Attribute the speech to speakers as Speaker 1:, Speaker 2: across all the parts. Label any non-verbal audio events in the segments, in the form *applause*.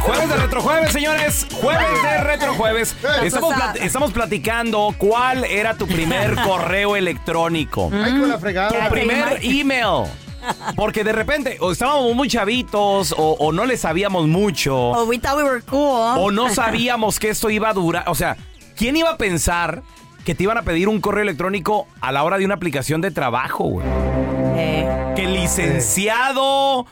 Speaker 1: Jueves de retrojueves, señores. Jueves de retrojueves. Estamos,
Speaker 2: cosa.
Speaker 1: plat- estamos platicando cuál era tu primer correo electrónico.
Speaker 3: Ay, con la
Speaker 1: Tu
Speaker 3: fregada.
Speaker 1: primer email. Porque de repente o estábamos muy chavitos o, o no le sabíamos mucho
Speaker 2: Oh, we thought we were cool.
Speaker 1: o Oh, no sabíamos que esto iba a durar. O sea, ¿quién iba a pensar que te iban a pedir un correo electrónico a la hora de una aplicación de trabajo, güey?
Speaker 2: Eh,
Speaker 1: Que licenciado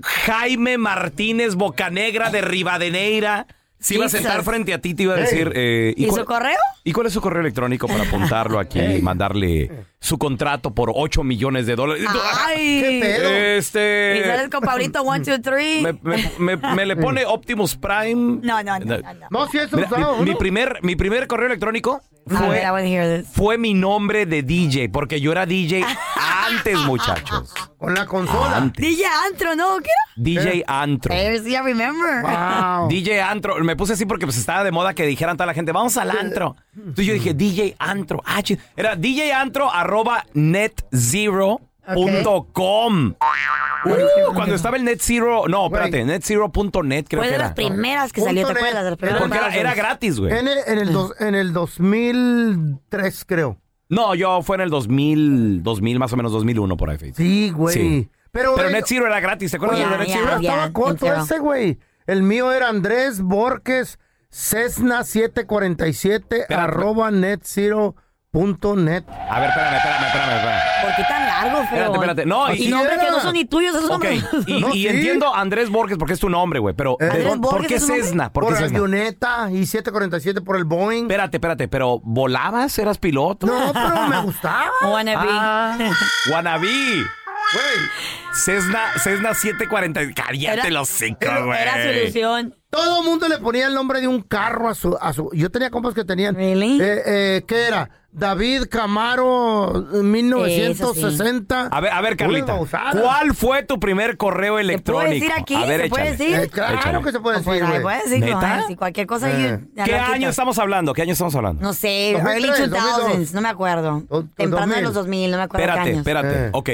Speaker 1: Jaime Martínez Bocanegra de Rivadeneira se iba a sentar
Speaker 2: Jesus.
Speaker 1: frente a ti, te iba a decir. eh,
Speaker 2: ¿Y
Speaker 1: cuál-
Speaker 2: su correo?
Speaker 1: ¿Y cuál es su correo electrónico para apuntarlo
Speaker 2: *laughs*
Speaker 1: aquí y mandarle su contrato por 8 millones de dólares?
Speaker 2: *laughs* Ay.
Speaker 3: qué pedo.
Speaker 2: Y
Speaker 1: Este.
Speaker 2: sales con Pablito, one, two, three.
Speaker 1: Me, me- me- me le pone Optimus Prime.
Speaker 2: No, no, no, no, no.
Speaker 3: No, si eso
Speaker 1: Mira,
Speaker 3: usaba
Speaker 1: mi, mi
Speaker 3: uno.
Speaker 1: primer, mi primer correo electrónico
Speaker 2: A ver,
Speaker 1: fue,
Speaker 2: I wanna hear this.
Speaker 1: fue mi nombre de DJ, porque yo era DJ
Speaker 2: *laughs*
Speaker 1: antes, muchachos.
Speaker 3: Con la consola.
Speaker 1: Antes.
Speaker 2: DJ Antro, ¿no? ¿Qué era?
Speaker 1: DJ Antro.
Speaker 2: Eh, sí, I remember.
Speaker 3: Wow.
Speaker 1: DJ Antro. Me puse así porque pues estaba de moda que dijeran toda la gente, vamos al antro. Entonces yo dije, DJ Antro. Ah, chi- Era DJ Antro arroba netzero.com. Uh, cuando estaba el net zero, no,
Speaker 3: Güey.
Speaker 1: espérate, netzero.net creo
Speaker 2: Fue
Speaker 1: que
Speaker 2: de las
Speaker 1: era.
Speaker 2: primeras que
Speaker 3: Punto
Speaker 2: salió, ¿te
Speaker 3: net.
Speaker 2: acuerdas? De las primeras
Speaker 1: Porque era, era gratis, güey.
Speaker 3: En el, en, el dos- en el 2003, creo.
Speaker 1: No, yo fue en el 2000, 2000 más o menos 2001 por ahí. Facebook.
Speaker 3: Sí, güey.
Speaker 1: Sí.
Speaker 3: Pero,
Speaker 1: Pero
Speaker 3: eh,
Speaker 1: net zero era gratis, ¿te acuerdas
Speaker 3: Oye,
Speaker 2: Ya,
Speaker 1: de net
Speaker 2: ya,
Speaker 1: zero?
Speaker 3: estaba
Speaker 2: ya,
Speaker 3: corto
Speaker 2: entero.
Speaker 3: ese, güey. El mío era Andrés Borges Cessna 747
Speaker 1: Espera,
Speaker 3: arroba netzero.net.
Speaker 1: A ver, espérame, espérame, espérame, espérame.
Speaker 2: *laughs* ¿Por qué tan largo, feo?
Speaker 1: Espérate, espérate. No,
Speaker 2: y,
Speaker 1: y-
Speaker 2: nombres que no son ni tuyos, esos
Speaker 1: Ok,
Speaker 2: nombres.
Speaker 3: *laughs*
Speaker 1: y,
Speaker 3: No,
Speaker 1: y
Speaker 3: sí.
Speaker 1: entiendo a Andrés Borges porque es tu nombre, güey, pero ¿de
Speaker 2: Andrés
Speaker 1: dónde- Eh, ¿por
Speaker 2: Borges
Speaker 1: qué
Speaker 2: es un nombre?
Speaker 1: Cessna? ¿Por
Speaker 3: Por
Speaker 1: qué Cessna?
Speaker 3: avioneta y 747 por el Boeing.
Speaker 1: Espérate, espérate, pero ¿volabas? ¿Eras piloto?
Speaker 3: No, pero
Speaker 1: *laughs*
Speaker 3: me gustaba.
Speaker 2: Wannabe.
Speaker 1: Ah, Guanabí.
Speaker 3: Güey,
Speaker 1: Cessna, Cessna 740. Cállate
Speaker 2: Era-
Speaker 1: los cinco, Ah, güey.
Speaker 2: Era su ilusión.
Speaker 3: Todo el mundo le ponía el nombre de un carro a su... A su yo tenía compas que tenían...
Speaker 2: Really?
Speaker 3: Eh, eh, ¿Qué era? David Camaro 1960.
Speaker 1: A ver, a ver, Carlita.
Speaker 3: Uy, babosada.
Speaker 1: ¿Cuál fue tu primer correo
Speaker 2: ¿Se puede
Speaker 1: electrónico?
Speaker 2: decir aquí?
Speaker 1: A ver,
Speaker 2: ¿Se puede
Speaker 1: échale.
Speaker 2: decir?
Speaker 3: Eh, claro
Speaker 1: Échale.
Speaker 3: que se puede
Speaker 2: No, pues,
Speaker 3: decir,
Speaker 2: ay,
Speaker 3: güey.
Speaker 2: puede decir,
Speaker 1: ¿Neta?
Speaker 2: ay, si cualquier cosa.
Speaker 3: Eh.
Speaker 2: yo- ya
Speaker 1: ¿Qué
Speaker 2: la
Speaker 1: año
Speaker 2: quito.
Speaker 1: estamos hablando? ¿Qué año estamos hablando?
Speaker 2: No sé,
Speaker 3: 2003,
Speaker 2: early 2000s,
Speaker 3: 2002.
Speaker 2: no me acuerdo.
Speaker 3: Do-
Speaker 2: Temprano de
Speaker 3: 2000.
Speaker 2: los 2000, no me acuerdo
Speaker 1: espérate,
Speaker 2: qué años.
Speaker 1: espérate.
Speaker 3: Eh.
Speaker 1: Ok.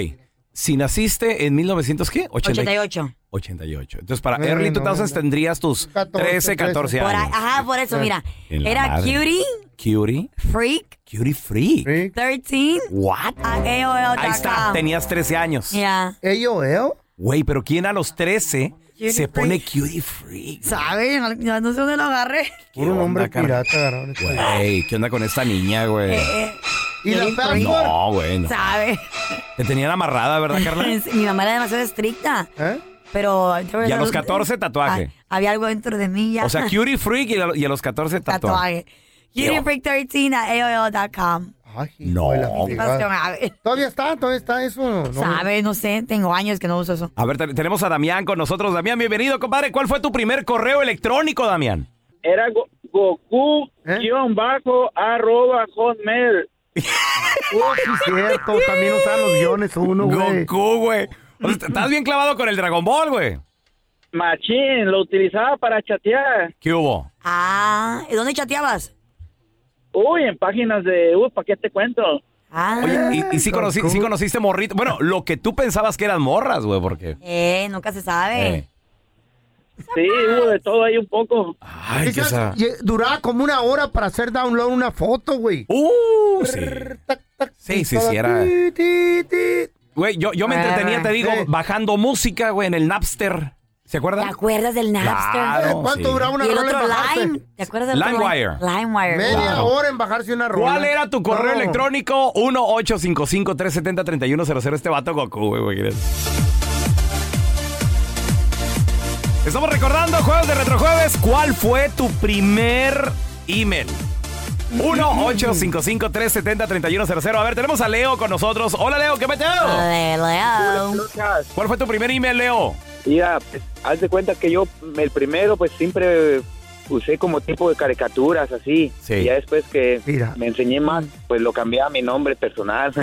Speaker 1: Si naciste en 1900, ¿qué? 80 y-
Speaker 2: 88.
Speaker 1: 88. Entonces, para
Speaker 3: Eh,
Speaker 1: early
Speaker 3: no,
Speaker 1: 2000s
Speaker 3: no.
Speaker 1: tendrías tus
Speaker 3: 14,
Speaker 1: 13, 14
Speaker 2: Por ahí-
Speaker 1: años.
Speaker 2: ajá, por
Speaker 3: Eh,
Speaker 2: eso, mira.
Speaker 1: En la
Speaker 2: Era
Speaker 1: madre.
Speaker 2: Cutie,
Speaker 1: Cutie.
Speaker 2: Freak,
Speaker 1: Cutie free.
Speaker 3: Sí.
Speaker 2: 13,
Speaker 1: What?
Speaker 2: a E, AOL.com.
Speaker 1: Ahí está, tenías 13 años.
Speaker 2: Ya.
Speaker 3: Ello, ¿eh?
Speaker 1: Güey, pero ¿quién a los 13
Speaker 2: Cutie
Speaker 1: se
Speaker 2: freak.
Speaker 1: pone cutie freak?
Speaker 2: ¿Sabes? No, no- no sé dónde lo agarré.
Speaker 1: ¿Qué
Speaker 3: Por un
Speaker 1: onda,
Speaker 3: hombre
Speaker 1: cara?
Speaker 3: pirata agarraron este.
Speaker 1: Güey, ¿qué onda con esta niña,
Speaker 2: Eh,
Speaker 1: güey?
Speaker 3: Y la password.
Speaker 1: Eh. No, güey, no.
Speaker 2: ¿Sabes?
Speaker 1: Te tenían amarrada, ¿verdad, Carla?
Speaker 2: *laughs* Mi mamá era demasiado estricta.
Speaker 3: ¿Eh?
Speaker 2: Pero.
Speaker 1: Y a los 14 tatuaje.
Speaker 2: Ah, había algo dentro de mí ya.
Speaker 1: O sea, cutie freak y a, y a los 14 tatuaje.
Speaker 2: tatuaje. Cuteybreak13 a AOL.com.
Speaker 3: Ay, hijo
Speaker 1: No,
Speaker 3: de la
Speaker 1: güey.
Speaker 3: fregada. Todavía está, todavía está eso. No,
Speaker 2: ¿Sabes? No sé, tengo años que no uso eso.
Speaker 1: A ver, te- tenemos a Damián con nosotros. Damián, bienvenido, compadre. ¿Cuál fue tu primer correo electrónico, Damián?
Speaker 4: era go- Goku
Speaker 3: ¿Eh?
Speaker 4: guión bajo arroba hotmail.
Speaker 3: Oh, sí, cierto. También usan los guiones uno, güey.
Speaker 1: Goku, güey. O sea, Estás bien clavado con el Dragon Ball, güey.
Speaker 4: Machín, lo utilizaba para chatear.
Speaker 1: ¿Qué hubo?
Speaker 2: Ah, ¿y dónde chateabas?
Speaker 4: Uy, en páginas de... Uy, ¿para qué te cuento?
Speaker 2: Ah,
Speaker 1: Oye, y, y sí,
Speaker 3: Goku.
Speaker 1: conocí- sí conociste morrito. Bueno, lo que tú pensabas que eran morras, güey, porque.
Speaker 2: eh, nunca se sabe.
Speaker 1: eh.
Speaker 4: Sí, hubo de todo ahí un poco.
Speaker 1: Ay, qué
Speaker 3: Esas-
Speaker 1: sa-
Speaker 3: ye- eh, Duraba como una hora para hacer download una foto, güey.
Speaker 1: Uh, sí.
Speaker 3: Tac, tac,
Speaker 1: Sí,
Speaker 3: y
Speaker 1: sí,
Speaker 3: toda-
Speaker 1: sí, era-
Speaker 3: ti, ti, ti.
Speaker 1: Güey, yo, yo me
Speaker 2: Ah,
Speaker 1: entretenía, te digo,
Speaker 3: sí.
Speaker 1: bajando música, güey, en el Napster. ¿Se
Speaker 2: ¿Te
Speaker 1: acuerdan?
Speaker 2: acuerdas del Napster?
Speaker 1: Claro.
Speaker 3: Eh, ¿Cuánto
Speaker 1: sí.
Speaker 3: duraba una
Speaker 2: y el
Speaker 3: rola en
Speaker 2: otro
Speaker 3: bajarse?
Speaker 2: Lime. ¿Te acuerdas del otro
Speaker 1: LimeWire.
Speaker 2: Lime? LimeWire.
Speaker 3: Media
Speaker 1: Claro.
Speaker 3: hora en bajarse una rola.
Speaker 1: ¿Cuál era tu correo
Speaker 3: No.
Speaker 1: electrónico? 1-855-370-3100. Este vato Goku, güey, güey. Estamos recordando Juegos de Retrojueves. ¿Cuál fue tu primer email? 1-855-370-3100. A ver, tenemos a Leo con nosotros. Hola, Leo, ¿qué meteo?
Speaker 2: Leo.
Speaker 4: Lucas,
Speaker 1: ¿Cuál fue tu primer email, Leo?
Speaker 4: Mira, pues, haz de cuenta que yo mm, el primero pues siempre usé como tipo de caricaturas así.
Speaker 1: Sí.
Speaker 4: Y ya después que
Speaker 3: Mira.
Speaker 4: me enseñé más, pues lo cambié a mi nombre
Speaker 1: *laughs*
Speaker 4: personal. *laughs*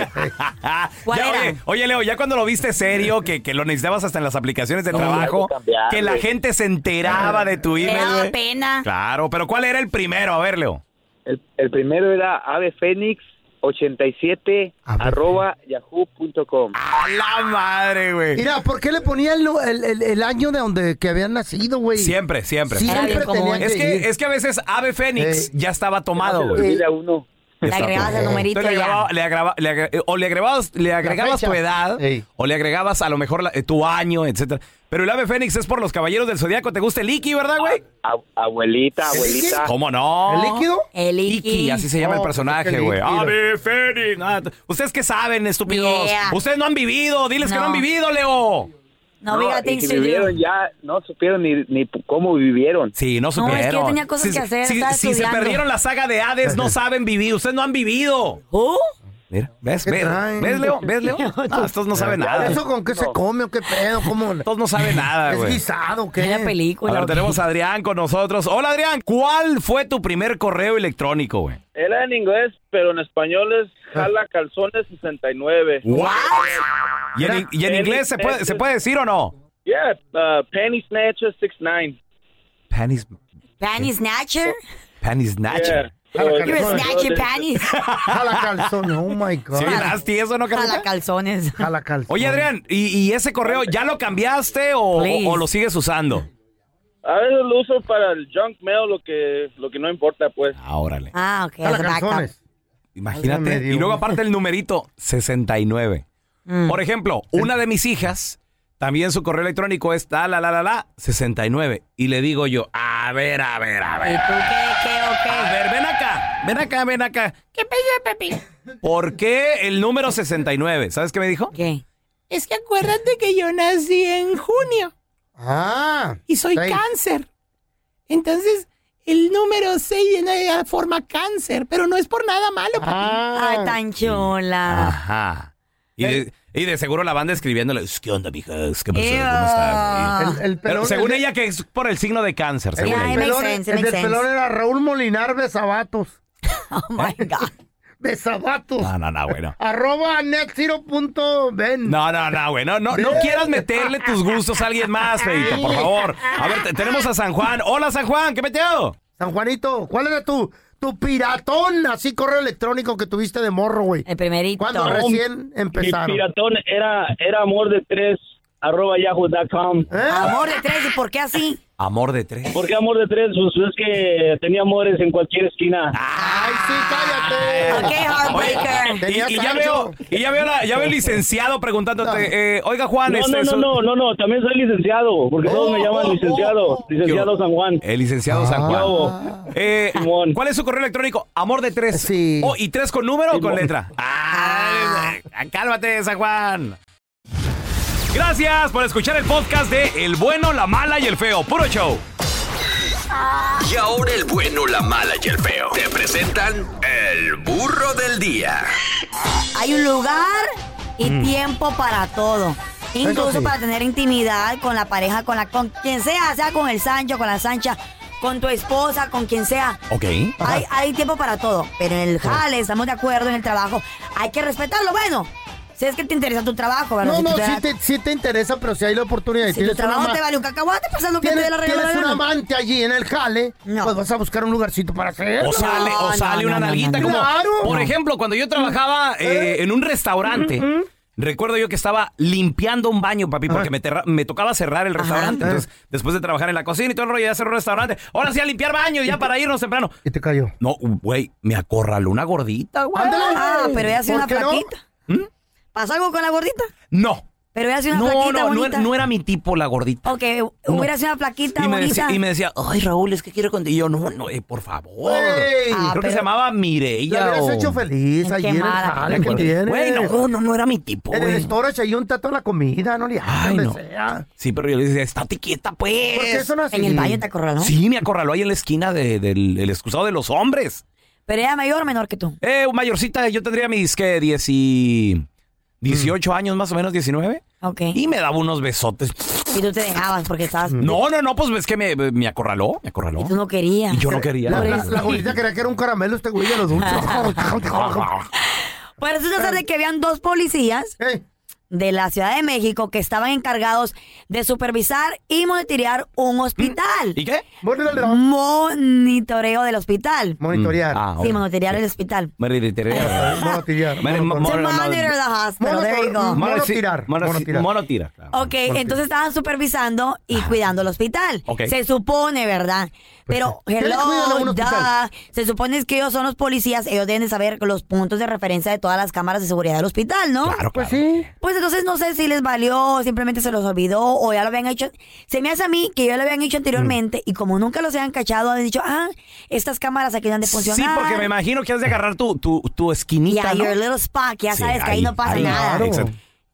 Speaker 2: ¿Cuál
Speaker 1: Ya,
Speaker 2: era?
Speaker 1: Oye, oye, Leo, ya cuando lo viste serio, que, que lo necesitabas hasta en las aplicaciones de
Speaker 4: No,
Speaker 1: trabajo,
Speaker 4: algo cambiar,
Speaker 1: que la
Speaker 4: güey.
Speaker 1: gente se enteraba de tu
Speaker 2: Me
Speaker 1: email.
Speaker 2: daba
Speaker 1: güey.
Speaker 2: pena.
Speaker 1: Claro, pero ¿cuál era el primero? A ver, Leo.
Speaker 4: el, el primero era Ave Fénix 87
Speaker 3: A ver.
Speaker 4: arroba yahoo.com.
Speaker 1: A la madre, güey.
Speaker 3: Mira, ¿por qué le ponía el, no- el- el- el año de donde que habían nacido, güey?
Speaker 1: Siempre, siempre.
Speaker 2: Era
Speaker 3: Siempre
Speaker 2: bien común.
Speaker 3: tenían
Speaker 1: Es que, eh,
Speaker 3: ir.
Speaker 1: es que a veces Ave Fénix
Speaker 3: Eh.
Speaker 1: ya estaba tomado,
Speaker 4: Se le
Speaker 1: güey.
Speaker 4: olvida a uno.
Speaker 2: Le
Speaker 1: Está
Speaker 2: agregabas el
Speaker 1: tomado.
Speaker 2: numerito
Speaker 1: Entonces, le
Speaker 2: ya.
Speaker 1: agregaba- le agrava- le agra- eh, o le agregabas, le agregabas
Speaker 3: fecha.
Speaker 1: tu edad,
Speaker 3: Ey.
Speaker 1: o le agregabas a lo mejor la- eh, tu año, etcétera. Pero el Ave Fénix es por los caballeros del Zodíaco. ¿Te gusta el Iki, verdad, güey?
Speaker 4: A- abuelita, abuelita.
Speaker 1: ¿Cómo no?
Speaker 3: ¿El líquido?
Speaker 2: El
Speaker 1: Iki,
Speaker 2: Iki.
Speaker 1: así se llama el
Speaker 3: Oh,
Speaker 1: personaje,
Speaker 3: qué
Speaker 1: güey.
Speaker 3: líquido.
Speaker 1: Ave Fénix. Ah, t- Ustedes qué saben, estúpidos.
Speaker 2: Yeah.
Speaker 1: Ustedes no han vivido. Diles que no
Speaker 2: No.
Speaker 1: han vivido, Leo.
Speaker 2: No, we got
Speaker 4: y
Speaker 2: things
Speaker 4: si
Speaker 2: to do.
Speaker 4: vivieron ya, no supieron ni, ni p- cómo vivieron.
Speaker 1: Sí, no supieron.
Speaker 2: es que yo tenía cosas
Speaker 1: Si-
Speaker 2: que hacer,
Speaker 1: Si,
Speaker 2: estaba
Speaker 1: si se
Speaker 2: estudiando.
Speaker 1: perdieron la saga de Hades,
Speaker 2: *laughs*
Speaker 1: no saben vivir. Ustedes no han vivido.
Speaker 2: ¿Oh?
Speaker 1: Mira, ¿ves?
Speaker 3: ¿Qué
Speaker 1: ¿Ves,
Speaker 3: traen?
Speaker 1: ¿Ves, Leo? ¿Ves,
Speaker 2: *laughs*
Speaker 1: Leo? No, estos no saben nada.
Speaker 3: ¿Eso con qué se come o qué pedo? ¿Cómo?
Speaker 1: Estos no saben nada,
Speaker 3: ¿Es
Speaker 1: güey.
Speaker 3: guisado o qué?
Speaker 2: Era película.
Speaker 1: A ver,
Speaker 2: ok.
Speaker 1: tenemos a Adrián con nosotros. Hola, Adrián. ¿Cuál fue tu primer correo electrónico, güey?
Speaker 4: Era en inglés, pero en español es jala calzones 69.
Speaker 1: Ah. ¿What? ¿Y en, y en
Speaker 4: Era-
Speaker 1: inglés se puede, se puede decir o no?
Speaker 4: Yeah, uh, Penny Snatcher 69.
Speaker 1: Panties,
Speaker 2: Panty snatcher.
Speaker 1: panties
Speaker 4: Yeah.
Speaker 1: snatcher.
Speaker 3: Jala
Speaker 2: You
Speaker 3: calzones.
Speaker 2: were snatching
Speaker 1: *laughs*
Speaker 4: Entonces,
Speaker 2: panties.
Speaker 3: Jala calzón. Oh, my God.
Speaker 1: Sí, nasty eso, ¿no,
Speaker 2: A la
Speaker 1: Carlita?
Speaker 2: calzones.
Speaker 3: Jala calzón.
Speaker 1: Oye, Adrián, ¿y, y ese correo ya lo cambiaste o,
Speaker 2: Please.
Speaker 1: o- o lo sigues usando?
Speaker 4: A veces lo uso para el junk mail, lo que, lo que no importa, pues.
Speaker 1: Ah, órale.
Speaker 2: Ah, ok.
Speaker 3: Jala
Speaker 2: as a backup.
Speaker 3: calzones.
Speaker 1: Imagínate.
Speaker 3: Válgame Dios.
Speaker 1: Y luego aparte el numerito 69.
Speaker 2: Mm.
Speaker 1: Por ejemplo, una de mis hijas, también su correo electrónico es la, la, la, la, la, 69. Y le digo yo, a ver, a ver, a
Speaker 2: ¿Y
Speaker 1: ver.
Speaker 2: tú qué, qué, o
Speaker 1: A
Speaker 2: qué?
Speaker 1: ver, ven acá, ven acá, ven acá. ¿Qué pepe? ¿Por qué el número 69? ¿Sabes qué me dijo?
Speaker 2: ¿Qué?
Speaker 5: Es que acuérdate que yo nací en junio
Speaker 3: Ah.
Speaker 5: y soy
Speaker 3: seis.
Speaker 5: cáncer. Entonces, el número 6 forma cáncer, pero no es por nada malo. papi.
Speaker 3: Ah.
Speaker 2: Ay, tan chula.
Speaker 1: Ajá. Y de, y de seguro la banda escribiéndole, "Es, ¿qué onda, mija? Es que me
Speaker 2: Ew.
Speaker 1: ¿Cómo está?
Speaker 3: El, el
Speaker 1: Pero
Speaker 3: pelón-
Speaker 1: según
Speaker 3: el-
Speaker 1: ella que es por el signo de cáncer,
Speaker 3: El,
Speaker 1: según
Speaker 2: Ya,
Speaker 1: ella.
Speaker 2: it makes
Speaker 3: pelón,
Speaker 2: sense, it
Speaker 3: el
Speaker 2: makes
Speaker 3: del
Speaker 2: sense.
Speaker 3: pelón era Raúl Molinar Besabatos.
Speaker 2: *laughs* Oh my
Speaker 3: *laughs*
Speaker 2: God.
Speaker 3: Besabatos.
Speaker 1: No, no, no, bueno.
Speaker 3: Arroba netzero.ben.
Speaker 1: No, no, no, güey. No, no, no quieras meterle tus gustos a alguien más, Feito, por favor. A ver, te- tenemos a San Juan. Hola, San Juan, ¿qué meteo?
Speaker 3: San Juanito, ¿cuál era tu, tu piratón así correo electrónico que tuviste de morro, güey?
Speaker 2: El primerito.
Speaker 3: Cuando recién
Speaker 4: Mi
Speaker 3: empezaron.
Speaker 4: piratón era, era amor de tres, arroba yahoo.com.
Speaker 3: ¿Eh?
Speaker 2: Amor de tres, ¿y por qué así?
Speaker 1: Amor de tres.
Speaker 4: ¿Por qué amor de tres? Pues es que tenía amores en cualquier esquina.
Speaker 3: Ay, sí, cállate.
Speaker 2: Ah, Ok, Heartbreaker.
Speaker 1: Y,
Speaker 3: Tenía
Speaker 1: y ya
Speaker 3: Sancho.
Speaker 1: veo, y ya veo, la- ya veo el licenciado preguntándote, eh, oiga Juan,
Speaker 4: No,
Speaker 1: este,
Speaker 4: no, no,
Speaker 1: su-
Speaker 4: no, no, no, también soy licenciado, porque todos me
Speaker 3: Oh,
Speaker 4: llaman licenciado, licenciado San Juan.
Speaker 1: el licenciado San
Speaker 4: ¿Qué
Speaker 1: Juan.
Speaker 4: hubo?
Speaker 1: Eh,
Speaker 4: Simón.
Speaker 1: ¿Cuál es su correo electrónico? Amor de tres.
Speaker 3: Sí.
Speaker 1: Oh, ¿Y tres con número o con
Speaker 4: Simón.
Speaker 1: letra?
Speaker 3: Ah.
Speaker 1: Ay, eh, cálmate, San Juan. Gracias por escuchar el podcast de El Bueno, la Mala y el Feo. Puro show.
Speaker 6: Y ahora el bueno, la mala y el feo. Te presentan el burro del día.
Speaker 2: Hay un lugar y tiempo para todo. Incluso
Speaker 3: Mm. sí.
Speaker 2: para tener intimidad con la pareja, con la con quien sea, sea con el Sancho, con la Sancha, con tu esposa, con quien sea.
Speaker 1: Ok.
Speaker 2: Hay, hay tiempo para todo, pero en el jale, estamos de acuerdo en el trabajo, hay que respetarlo. Bueno, si es que te interesa tu trabajo, ¿verdad?
Speaker 3: No,
Speaker 2: Si
Speaker 3: no,
Speaker 2: tú te-
Speaker 3: sí te, sí te interesa, pero si hay la oportunidad
Speaker 2: si
Speaker 3: y
Speaker 2: tu
Speaker 3: tienes una,
Speaker 2: trabajo
Speaker 3: ama-
Speaker 2: te vale un cacahuate, pasando que te
Speaker 3: tienes,
Speaker 2: dé la regla.
Speaker 3: tienes
Speaker 2: de
Speaker 3: un
Speaker 2: la gana.
Speaker 3: amante allí en el jale,
Speaker 2: No.
Speaker 3: pues vas a buscar un lugarcito para hacer.
Speaker 1: O sale, o
Speaker 2: no,
Speaker 1: sale
Speaker 2: no,
Speaker 1: una
Speaker 2: no,
Speaker 1: nalguita
Speaker 3: no, no.
Speaker 1: como.
Speaker 3: Claro.
Speaker 1: Por ejemplo, cuando yo trabajaba eh, en un restaurante. Recuerdo yo que estaba limpiando un baño, papi, porque me, terra- me tocaba cerrar el
Speaker 2: Eh.
Speaker 1: restaurante. Entonces, después de trabajar en la cocina y todo el rollo, ya cerró el restaurante. Ahora sí a limpiar baño, ya para irnos temprano.
Speaker 3: Y te cayó.
Speaker 1: No, güey, me acorraló una gordita, güey.
Speaker 3: Ándale.
Speaker 2: Ah, pero ella sido una
Speaker 3: ¿Por qué no? ¿Mm?
Speaker 2: flaquita. ¿Pasó algo con la gordita?
Speaker 1: No.
Speaker 2: Pero ella sido una
Speaker 1: No,
Speaker 2: flaquita
Speaker 1: no, no,
Speaker 2: bonita.
Speaker 1: era- no era mi tipo la gordita.
Speaker 2: Ok, hubiera sido una flaquita
Speaker 1: Y me,
Speaker 2: bonita.
Speaker 1: decía, y me decía, ay, Raúl, es que quiero contigo. Y yo, no, no, eh, por favor.
Speaker 3: Ey,
Speaker 2: Ah,
Speaker 1: Creo que
Speaker 2: pero-
Speaker 1: se llamaba
Speaker 3: la
Speaker 1: Mireia.
Speaker 3: hubieras
Speaker 1: o-
Speaker 3: hecho feliz
Speaker 2: Qué
Speaker 3: allí en el
Speaker 2: mala.
Speaker 3: jale que tienes.
Speaker 1: Güey, no, no, no era mi tipo,
Speaker 3: En el
Speaker 1: güey.
Speaker 3: storage hay un tato a la comida, no le hagas
Speaker 1: Ay,
Speaker 3: donde
Speaker 1: no.
Speaker 3: sea.
Speaker 1: Sí, pero yo le decía, estate quieta, pues.
Speaker 3: ¿Por qué son así?
Speaker 2: En el baño te acorraló.
Speaker 1: Sí, me acorraló ahí en la esquina de- del el excusado de los hombres.
Speaker 2: Pero ella mayor o menor que tú.
Speaker 1: Eh, mayorcita, yo tendría mis, ¿qué? Dieci... 18 años, más o menos, 19.
Speaker 2: Ok.
Speaker 1: Y me daba unos besotes.
Speaker 2: Y tú te dejabas porque estabas.
Speaker 3: Mm.
Speaker 1: No, no, no, pues es que me, me acorraló, me acorraló.
Speaker 2: Tú no querías.
Speaker 1: Y yo no quería.
Speaker 3: La, la, la abuelita creía que era un caramelo este güey de los dulces.
Speaker 2: *laughs*
Speaker 1: Ah,
Speaker 2: Pues resulta ser de que habían dos policías
Speaker 3: Ey,
Speaker 2: de la Ciudad de México que estaban encargados de supervisar y monitorear un hospital.
Speaker 1: ¿Y qué?
Speaker 3: bueno,
Speaker 2: Monitoreo del hospital.
Speaker 3: monitorear.
Speaker 1: Ah, ok.
Speaker 2: Sí, monitorear el hospital.
Speaker 1: Me retiré.
Speaker 3: Monitorear.
Speaker 1: Mere-
Speaker 3: monotor-
Speaker 1: mo-
Speaker 2: To
Speaker 1: Mono-
Speaker 2: monitor the hospital. There you go.
Speaker 3: Mono-
Speaker 1: Mono-
Speaker 3: tirar,
Speaker 1: mono-
Speaker 3: mono tirar.
Speaker 1: mono tira, claro.
Speaker 2: Ok, entonces estaban supervisando y cuidando el hospital.
Speaker 1: Ok. Pues
Speaker 2: Se supone, ¿verdad? Pero,
Speaker 3: ¿qué le cuidan a un
Speaker 2: hello,
Speaker 3: hospital?
Speaker 2: da. Se supone que ellos son los policías, ellos deben de saber los puntos de referencia de todas las cámaras de seguridad del hospital, ¿no?
Speaker 1: Claro,
Speaker 3: Pues
Speaker 1: claro.
Speaker 3: sí.
Speaker 2: Pues entonces no sé si les valió, simplemente se los olvidó o ya lo habían hecho. Se me hace a mí que ya lo habían hecho anteriormente
Speaker 1: Mm.
Speaker 2: y como nunca los habían cachado, han dicho, ah, estas cámaras aquí han de funcionar.
Speaker 1: Sí, porque me imagino que has de agarrar tu, tu, tu esquinita.
Speaker 2: Ya,
Speaker 1: ¿no?
Speaker 2: your little spot, que ya
Speaker 1: Sí,
Speaker 2: sabes que ahí no pasa
Speaker 1: ahí,
Speaker 2: nada.
Speaker 1: claro. Exacto.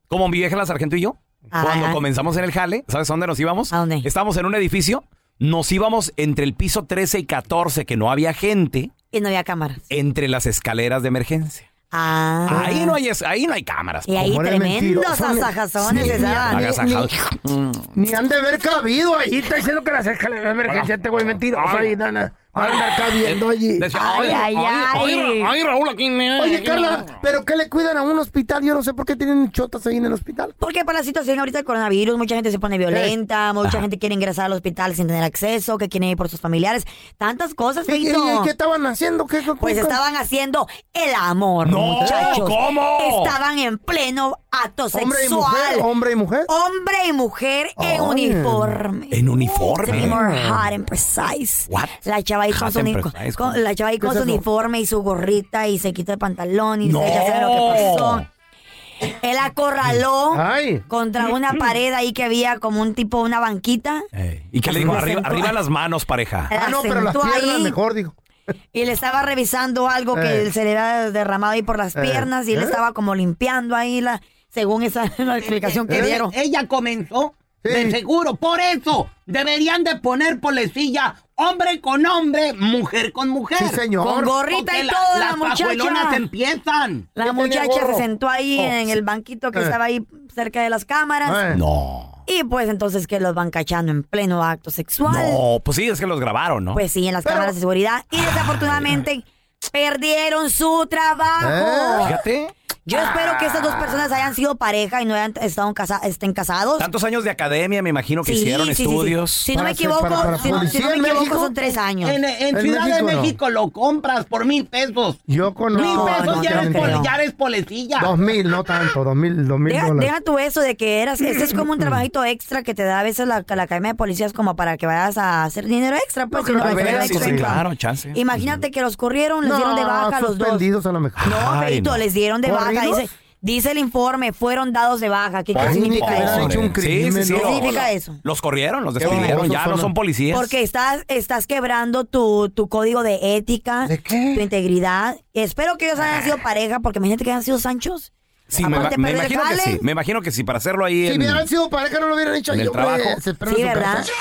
Speaker 1: Como mi vieja la sargento y yo,
Speaker 2: Ah,
Speaker 1: cuando
Speaker 2: ah.
Speaker 1: comenzamos en el jale, ¿sabes a dónde nos íbamos?
Speaker 2: ¿A dónde?
Speaker 1: Estábamos en un edificio, nos íbamos entre el piso 13 y 14, que no había gente,
Speaker 2: Y no había cámaras.
Speaker 1: entre las escaleras de emergencia.
Speaker 2: Ah.
Speaker 1: Ahí, no hay, es- ahí no hay cámaras.
Speaker 2: Y ahí Ah,
Speaker 3: Como eres
Speaker 2: tremendos
Speaker 3: mentiroso,
Speaker 2: asajazones
Speaker 3: sí,
Speaker 2: se daban.
Speaker 1: Agasajados. Mm,
Speaker 3: Ni han de haber cabido ahí. Está diciendo que las escaleras de emergencia este güey mentiroso ahí, nana. Van a andar
Speaker 1: Eh,
Speaker 3: cabiendo allí.
Speaker 1: Decía,
Speaker 2: Ay, ay, ay.
Speaker 1: Ra- ay, Raúl, aquí. me-
Speaker 3: Oye, Carla, ¿pero qué le cuidan a un hospital? Yo no sé por qué tienen chotas ahí en el hospital.
Speaker 2: Porque para la situación ahorita del coronavirus, mucha gente se pone
Speaker 3: Eh.
Speaker 2: violenta, mucha gente quiere ingresar al hospital sin tener acceso, que quieren ir por sus familiares, tantas cosas,
Speaker 3: ¿Y, y-
Speaker 2: feito.
Speaker 3: y qué estaban haciendo? ¿Qué, qué-
Speaker 2: Pues
Speaker 3: qué-
Speaker 2: estaban haciendo el amor,
Speaker 1: No,
Speaker 2: muchachos.
Speaker 1: ¿cómo?
Speaker 2: Estaban en pleno acto
Speaker 3: Hombre y
Speaker 2: sexual.
Speaker 3: mujer, hombre y mujer.
Speaker 2: Hombre y mujer en
Speaker 3: Ay.
Speaker 2: uniforme.
Speaker 1: En
Speaker 2: To be
Speaker 1: uniforme.
Speaker 2: more hot and precise.
Speaker 1: What?
Speaker 2: La chava ahí con
Speaker 1: Hot
Speaker 2: su,
Speaker 1: and
Speaker 2: uni-
Speaker 1: precise,
Speaker 2: con-
Speaker 1: ¿cómo?
Speaker 2: la chava ahí
Speaker 3: ¿Qué
Speaker 2: con su
Speaker 3: es eso?
Speaker 2: uniforme y su gorrita y se quita el pantalón y
Speaker 1: No.
Speaker 2: se, ya saben lo que pasó. Él acorraló
Speaker 3: Ay.
Speaker 2: contra una pared ahí que había como un tipo, una banquita.
Speaker 1: Ey, ¿Y qué le digo? Arriba, arriba las manos, pareja.
Speaker 3: Ah, no, pero las
Speaker 2: Acentúa
Speaker 3: piernas
Speaker 2: ahí.
Speaker 3: mejor, digo.
Speaker 2: Y le estaba revisando algo que
Speaker 3: Eh.
Speaker 2: se le había derramado ahí por las
Speaker 3: Eh.
Speaker 2: piernas y él
Speaker 3: ¿Eh?
Speaker 2: estaba como limpiando ahí la, según esa la explicación que dieron.
Speaker 5: Ella comenzó,
Speaker 3: Eh, Sí.
Speaker 5: de seguro. Por eso deberían de poner policía hombre con hombre, mujer con mujer.
Speaker 3: Sí, señor.
Speaker 2: Con gorrita
Speaker 5: Porque
Speaker 2: y
Speaker 5: la-
Speaker 2: todo, la,
Speaker 5: las pajuelonas
Speaker 2: muchacha.
Speaker 5: empiezan.
Speaker 2: La
Speaker 3: ¿Qué tenía
Speaker 2: muchacha se
Speaker 3: gorro?
Speaker 2: sentó ahí
Speaker 3: Oh,
Speaker 2: en
Speaker 3: sí.
Speaker 2: el banquito que
Speaker 3: Eh.
Speaker 2: estaba ahí cerca de las cámaras.
Speaker 3: Eh.
Speaker 1: No.
Speaker 2: Y pues entonces que los van cachando en pleno acto sexual.
Speaker 1: No, pues sí, es que los grabaron, ¿no?
Speaker 2: Pues sí, en las
Speaker 3: Pero-
Speaker 2: cámaras de seguridad. Y desafortunadamente perdieron su
Speaker 5: ¿Eh?
Speaker 2: trabajo.
Speaker 1: Fíjate.
Speaker 2: Yo espero que estas
Speaker 5: Ah.
Speaker 2: dos personas hayan sido pareja y no hayan estado casa- estén casados.
Speaker 1: Tantos años de academia, me imagino que
Speaker 2: Sí,
Speaker 1: hicieron
Speaker 2: sí, sí, sí.
Speaker 1: estudios.
Speaker 2: Si no me
Speaker 3: Para ser-
Speaker 2: equivoco,
Speaker 3: para- para
Speaker 2: si no- si
Speaker 3: policía
Speaker 2: no me
Speaker 3: en
Speaker 2: equivoco,
Speaker 3: México.
Speaker 2: son tres años.
Speaker 5: En, en
Speaker 3: En
Speaker 5: Ciudad
Speaker 3: México
Speaker 5: de
Speaker 3: no.
Speaker 5: México lo compras por mil pesos.
Speaker 3: Yo conozco.
Speaker 5: mil
Speaker 2: no,
Speaker 5: pesos
Speaker 2: no,
Speaker 5: ya,
Speaker 2: no
Speaker 5: eres
Speaker 2: creo.
Speaker 5: poli- ya eres policía.
Speaker 3: Dos mil, no tanto, dos mil, dos mil
Speaker 2: Deja,
Speaker 3: dólares.
Speaker 2: deja tú eso de que eras, este es
Speaker 5: Mm.
Speaker 2: como un trabajito extra que te da a veces la, la Academia de Policías como para que vayas a hacer dinero extra. Pues,
Speaker 3: No
Speaker 2: si
Speaker 3: creo que
Speaker 2: vas a hacer un
Speaker 3: vea, sí,
Speaker 2: extra
Speaker 3: sí,
Speaker 2: income.
Speaker 1: claro, chance.
Speaker 5: Mm.
Speaker 2: Imagínate que los corrieron, les dieron de baja a los
Speaker 5: pues,
Speaker 2: dos.
Speaker 3: suspendidos a lo mejor.
Speaker 2: No,
Speaker 1: Ay,
Speaker 2: Feito,
Speaker 1: no.
Speaker 2: les dieron de baja.
Speaker 3: ¿Corridos?
Speaker 2: Dice, dice el informe, fueron dados de baja. ¿Qué, qué
Speaker 3: Ay,
Speaker 2: significa
Speaker 3: ni que
Speaker 2: eso?
Speaker 3: hubieran hecho un crimen,
Speaker 2: ¿Qué
Speaker 1: los-
Speaker 2: significa eso?
Speaker 1: Los corrieron, los
Speaker 3: Qué
Speaker 1: despidieron,
Speaker 3: horrorosos
Speaker 1: ya no
Speaker 3: son.
Speaker 1: son policías.
Speaker 2: Porque estás, estás quebrando tu, tu código de ética,
Speaker 3: ¿De qué?
Speaker 2: tu integridad. Espero que ellos hayan sido pareja, porque imagínate que hayan sido Sanchos.
Speaker 1: Sí, me,
Speaker 2: Aparte,
Speaker 1: me
Speaker 2: perder el
Speaker 1: imagino que
Speaker 2: jale.
Speaker 1: sí, me imagino que sí, para hacerlo ahí
Speaker 3: Si
Speaker 1: en...
Speaker 3: hubieran sido pareja, no lo hubieran hecho
Speaker 1: en
Speaker 3: ahí,
Speaker 1: el
Speaker 3: hombre.
Speaker 1: trabajo.
Speaker 3: Se esperan
Speaker 2: Sí,
Speaker 3: en su
Speaker 2: ¿verdad?
Speaker 3: casa.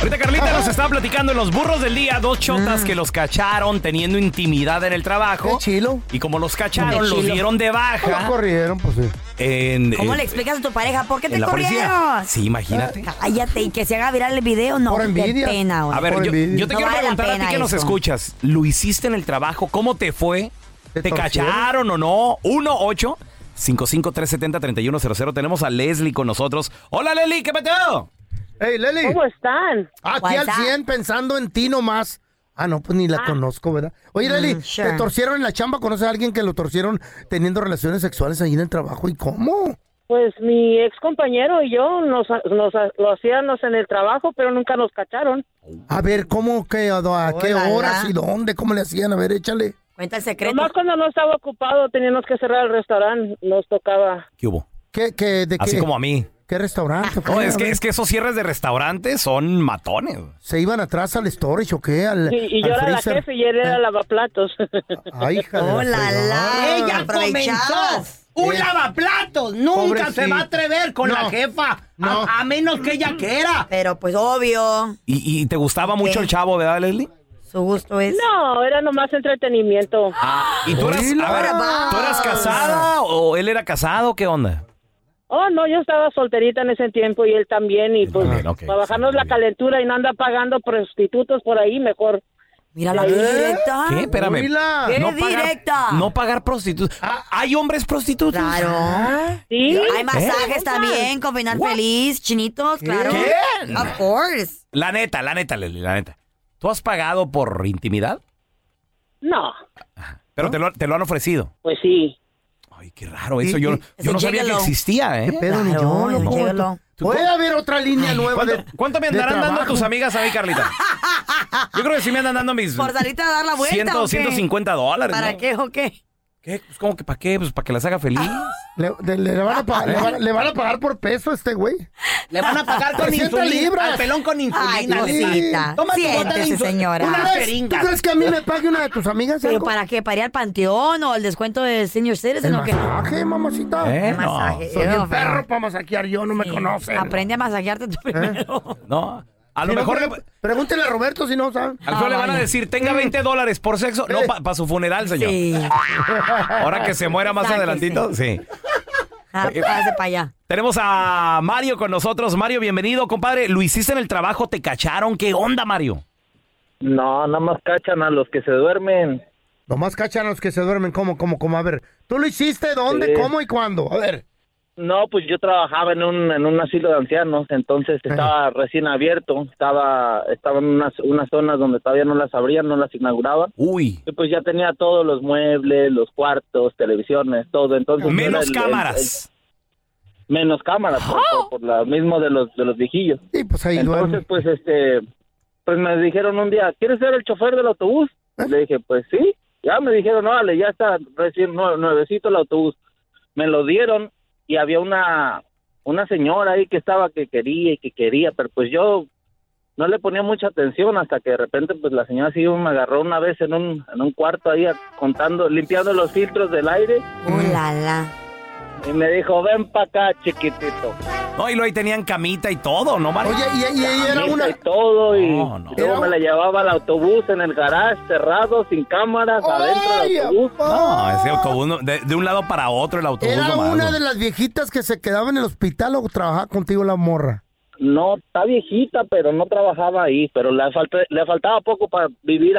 Speaker 1: Ahorita Carlita nos estaba platicando en los burros del día dos
Speaker 2: Mm.
Speaker 1: chotas que los cacharon teniendo intimidad en el trabajo.
Speaker 3: Qué chilo.
Speaker 1: Y como los cacharon,
Speaker 2: Qué
Speaker 1: los
Speaker 2: chilo.
Speaker 1: dieron de
Speaker 3: Lo
Speaker 1: baja.
Speaker 3: corrieron, pues sí.
Speaker 1: En,
Speaker 2: ¿Cómo
Speaker 1: eh,
Speaker 2: le explicas a tu pareja por qué
Speaker 1: en
Speaker 2: te
Speaker 1: la policía.
Speaker 2: corrieron?
Speaker 1: Sí, imagínate.
Speaker 2: Cállate y que se haga viral el video, no.
Speaker 3: Por
Speaker 2: Qué
Speaker 3: envidia.
Speaker 2: pena, güey.
Speaker 1: A ver,
Speaker 3: Por
Speaker 1: yo,
Speaker 3: envidia.
Speaker 1: yo te
Speaker 2: No
Speaker 1: quiero
Speaker 2: vale la
Speaker 1: preguntar a ti
Speaker 2: pena
Speaker 1: que nos
Speaker 2: eso.
Speaker 1: escuchas. ¿Lo hiciste en el trabajo? ¿Cómo te fue? ¿Te,
Speaker 3: ¿Te torcieron?
Speaker 1: cacharon o no? 1 8 55 370 3100 Tenemos a Leslie con nosotros. Hola, Leslie, ¿qué peteo?
Speaker 3: Hey, Leli.
Speaker 7: ¿Cómo están?
Speaker 3: Ah, Aquí
Speaker 2: What's
Speaker 3: al
Speaker 2: up?
Speaker 3: 100 pensando en ti nomás. Ah, no, pues ni la conozco, ¿verdad? Oye, Leli,
Speaker 2: Mm, sure.
Speaker 3: ¿te torcieron en la chamba? ¿Conoces a alguien que lo torcieron teniendo relaciones sexuales ahí en el trabajo? ¿Y cómo?
Speaker 7: Pues mi ex compañero y yo nos, nos lo hacíamos en el trabajo, pero nunca nos cacharon.
Speaker 3: A ver, ¿cómo? ¿Qué, a, a qué
Speaker 2: Hola,
Speaker 3: horas
Speaker 2: hola.
Speaker 3: y dónde? ¿Cómo le hacían? A ver, échale.
Speaker 2: Cuenta el secreto.
Speaker 7: Nomás cuando no estaba ocupado teníamos que cerrar el restaurante, nos tocaba.
Speaker 1: ¿Qué hubo?
Speaker 3: ¿Qué, qué, de
Speaker 1: Así
Speaker 3: qué,
Speaker 1: como a mí.
Speaker 3: ¿Qué restaurante?
Speaker 1: No,
Speaker 3: ¿Qué?
Speaker 1: es
Speaker 3: A
Speaker 1: que,
Speaker 3: ver,
Speaker 1: es que esos cierres de restaurantes son matones.
Speaker 3: ¿Se iban atrás al storage o qué? Al,
Speaker 7: Sí, y
Speaker 3: al
Speaker 7: yo era la
Speaker 3: freezer. Ah,
Speaker 7: jefe y él era
Speaker 2: *laughs*
Speaker 7: lavaplatos.
Speaker 3: Ay, hija de la
Speaker 2: Oh, la,
Speaker 3: fregada.
Speaker 2: la.
Speaker 5: Ella comenzó
Speaker 2: aprovechadas.
Speaker 5: un
Speaker 3: Eh.
Speaker 5: lavaplatos. Nunca
Speaker 3: Pobrecita.
Speaker 5: se va a atrever con
Speaker 3: No.
Speaker 5: la jefa.
Speaker 3: No.
Speaker 5: A, a menos que ella quiera.
Speaker 2: Pero pues obvio,
Speaker 1: ¿Y, y te gustaba mucho
Speaker 2: Ok.
Speaker 1: el chavo, verdad, Leslie?
Speaker 2: su gusto es. Ah.
Speaker 7: no, era nomás entretenimiento.
Speaker 1: ¿Y tú eras, a ver,
Speaker 3: Hola,
Speaker 1: ¿tú eras casada o él era casado? ¿Qué onda?
Speaker 7: Oh, no, yo estaba solterita en ese tiempo y él también, y pues
Speaker 1: También, Ah, ok,
Speaker 7: para bajarnos
Speaker 1: sí,
Speaker 7: la
Speaker 1: muy bien.
Speaker 7: calentura y no andar pagando prostitutos por ahí, mejor. ¿Eh?
Speaker 2: Mira la directa.
Speaker 1: ¿Qué? Espérame.
Speaker 3: Oíla.
Speaker 2: Ah. Qué directa.
Speaker 1: no pagar prostitutos. Ah, ¿Hay hombres prostitutos?
Speaker 2: Claro.
Speaker 7: Sí,
Speaker 5: ¿Eh?
Speaker 2: Hay masajes también, con final feliz, chinitos, claro.
Speaker 1: ¿Qué?
Speaker 2: Of course.
Speaker 1: La neta, la neta, Leslie, la neta. ¿Tú has pagado por intimidad?
Speaker 7: no,
Speaker 1: Pero te, lo, te lo han ofrecido.
Speaker 7: pues sí.
Speaker 1: Ay, qué raro eso.
Speaker 3: Sí,
Speaker 1: Yo,
Speaker 3: sí.
Speaker 1: yo no
Speaker 2: Ese
Speaker 1: sabía que
Speaker 2: llégalo.
Speaker 1: existía,
Speaker 3: ¿Qué
Speaker 1: ¿eh?
Speaker 3: pedo, ni yo,
Speaker 2: Claro,
Speaker 3: loco?
Speaker 2: llégalo.
Speaker 3: Puede haber otra línea nueva
Speaker 1: ¿Cuánto,
Speaker 3: de.
Speaker 1: cuánto me
Speaker 3: de
Speaker 1: andarán dando
Speaker 3: trabajo?
Speaker 1: tus amigas a mí,
Speaker 2: *laughs*
Speaker 1: Carlita? Yo creo que sí me andan dando *laughs* mis
Speaker 2: Por
Speaker 1: 100,
Speaker 2: salirte a dar la vuelta. ¿o qué?
Speaker 1: 150 dólares.
Speaker 2: ¿Para
Speaker 1: ¿no?
Speaker 2: qué o qué?
Speaker 1: ¿Qué? Pues, ¿Cómo que para qué? Pues para que las haga feliz.
Speaker 3: *laughs* Le, de- le van a pa- le van- le van a pagar por peso a este güey.
Speaker 5: ¿Eh? Le van a pagar con
Speaker 3: 300
Speaker 5: insulina.
Speaker 3: libras.
Speaker 5: Al pelón con
Speaker 2: Ay,
Speaker 5: insulina. le pagan.
Speaker 2: cosita.
Speaker 5: Toma tu bota de
Speaker 2: Siéntese,
Speaker 5: insulina. Una
Speaker 2: señora.
Speaker 3: vez, ¿Tú
Speaker 5: jeringa.
Speaker 3: crees que a mí me pague una de tus amigas?
Speaker 2: ¿Pero
Speaker 3: algo?
Speaker 2: para qué? ¿Para ir al panteón o el descuento de senior citizen
Speaker 3: El
Speaker 2: o qué?
Speaker 3: masaje, mamacita.
Speaker 1: ¿Eh? No,
Speaker 2: Masaje.
Speaker 3: Soy
Speaker 2: Eh,
Speaker 3: un
Speaker 2: no,
Speaker 3: perro para masajear yo, no me ¿Eh? conoces.
Speaker 2: Aprende a masajearte tú primero.
Speaker 1: No. A lo
Speaker 3: Si no, Ah,
Speaker 1: mejor le,
Speaker 3: pre- pues, Pregúntele a Roberto si no sabe.
Speaker 1: a lo mejor le van a decir, tenga 20 dólares por sexo. No, para su funeral, señor.
Speaker 2: Sí.
Speaker 1: Ahora que se muera más
Speaker 2: Sáquese.
Speaker 1: adelantito. Sí.
Speaker 2: Ah, Pase para allá.
Speaker 1: Tenemos a Mario con nosotros. Mario, bienvenido, compadre. Lo hiciste en el trabajo, te cacharon. ¿Qué onda, Mario?
Speaker 4: No, nada más cachan a los que se duermen.
Speaker 3: Nomás cachan a los que se duermen. ¿Cómo, cómo, cómo? A ver, ¿tú lo hiciste? ¿Dónde,
Speaker 4: Sí.
Speaker 3: cómo y cuándo? A ver.
Speaker 4: No, pues yo trabajaba en un, en un asilo de ancianos, entonces estaba recién abierto, estaba, estaban unas, unas zonas donde todavía no las abrían, no las inauguraban.
Speaker 1: Uy.
Speaker 4: Y pues ya tenía todos los muebles, los cuartos, televisiones, todo. Entonces yo era
Speaker 1: Menos
Speaker 4: el- el-
Speaker 1: cámaras.
Speaker 4: el- menos cámaras, por, por- por lo mismo de los de los viejillos.
Speaker 3: Sí, pues ahí
Speaker 4: Entonces
Speaker 3: duermen.
Speaker 4: pues este, pues me dijeron un día, ¿quieres ser el chofer del autobús?
Speaker 3: ¿Eh?
Speaker 4: Le dije, pues sí. Ya me dijeron, órale, ya está recién nue- nuevecito el autobús. Me lo dieron y había una una señora ahí que estaba que quería y que quería, pero pues yo no le ponía mucha atención hasta que de repente pues la señora sí me agarró una vez en un, en un cuarto ahí a- contando, limpiando los filtros del aire
Speaker 2: Uh, la, la.
Speaker 4: y me dijo, ven para acá chiquitito.
Speaker 1: No, y luego ahí tenían camita y todo, ¿no, Mario?
Speaker 3: Oye, y, y ella era
Speaker 4: Misa
Speaker 3: una.
Speaker 4: y todo y
Speaker 1: No, no.
Speaker 4: luego me la llevaba al autobús en el garage cerrado, sin cámaras, adentro
Speaker 3: ¡Ay,
Speaker 4: del autobús.
Speaker 1: No,
Speaker 3: apá!
Speaker 1: ese autobús, no- de, de un lado para otro el autobús.
Speaker 3: Era
Speaker 4: Ah,
Speaker 1: nomás,
Speaker 3: una
Speaker 1: ¿no?
Speaker 3: de las viejitas que se quedaba en el hospital o trabajaba contigo la morra.
Speaker 4: No, está viejita, pero no trabajaba ahí, pero le, falta- le faltaba poco para vivir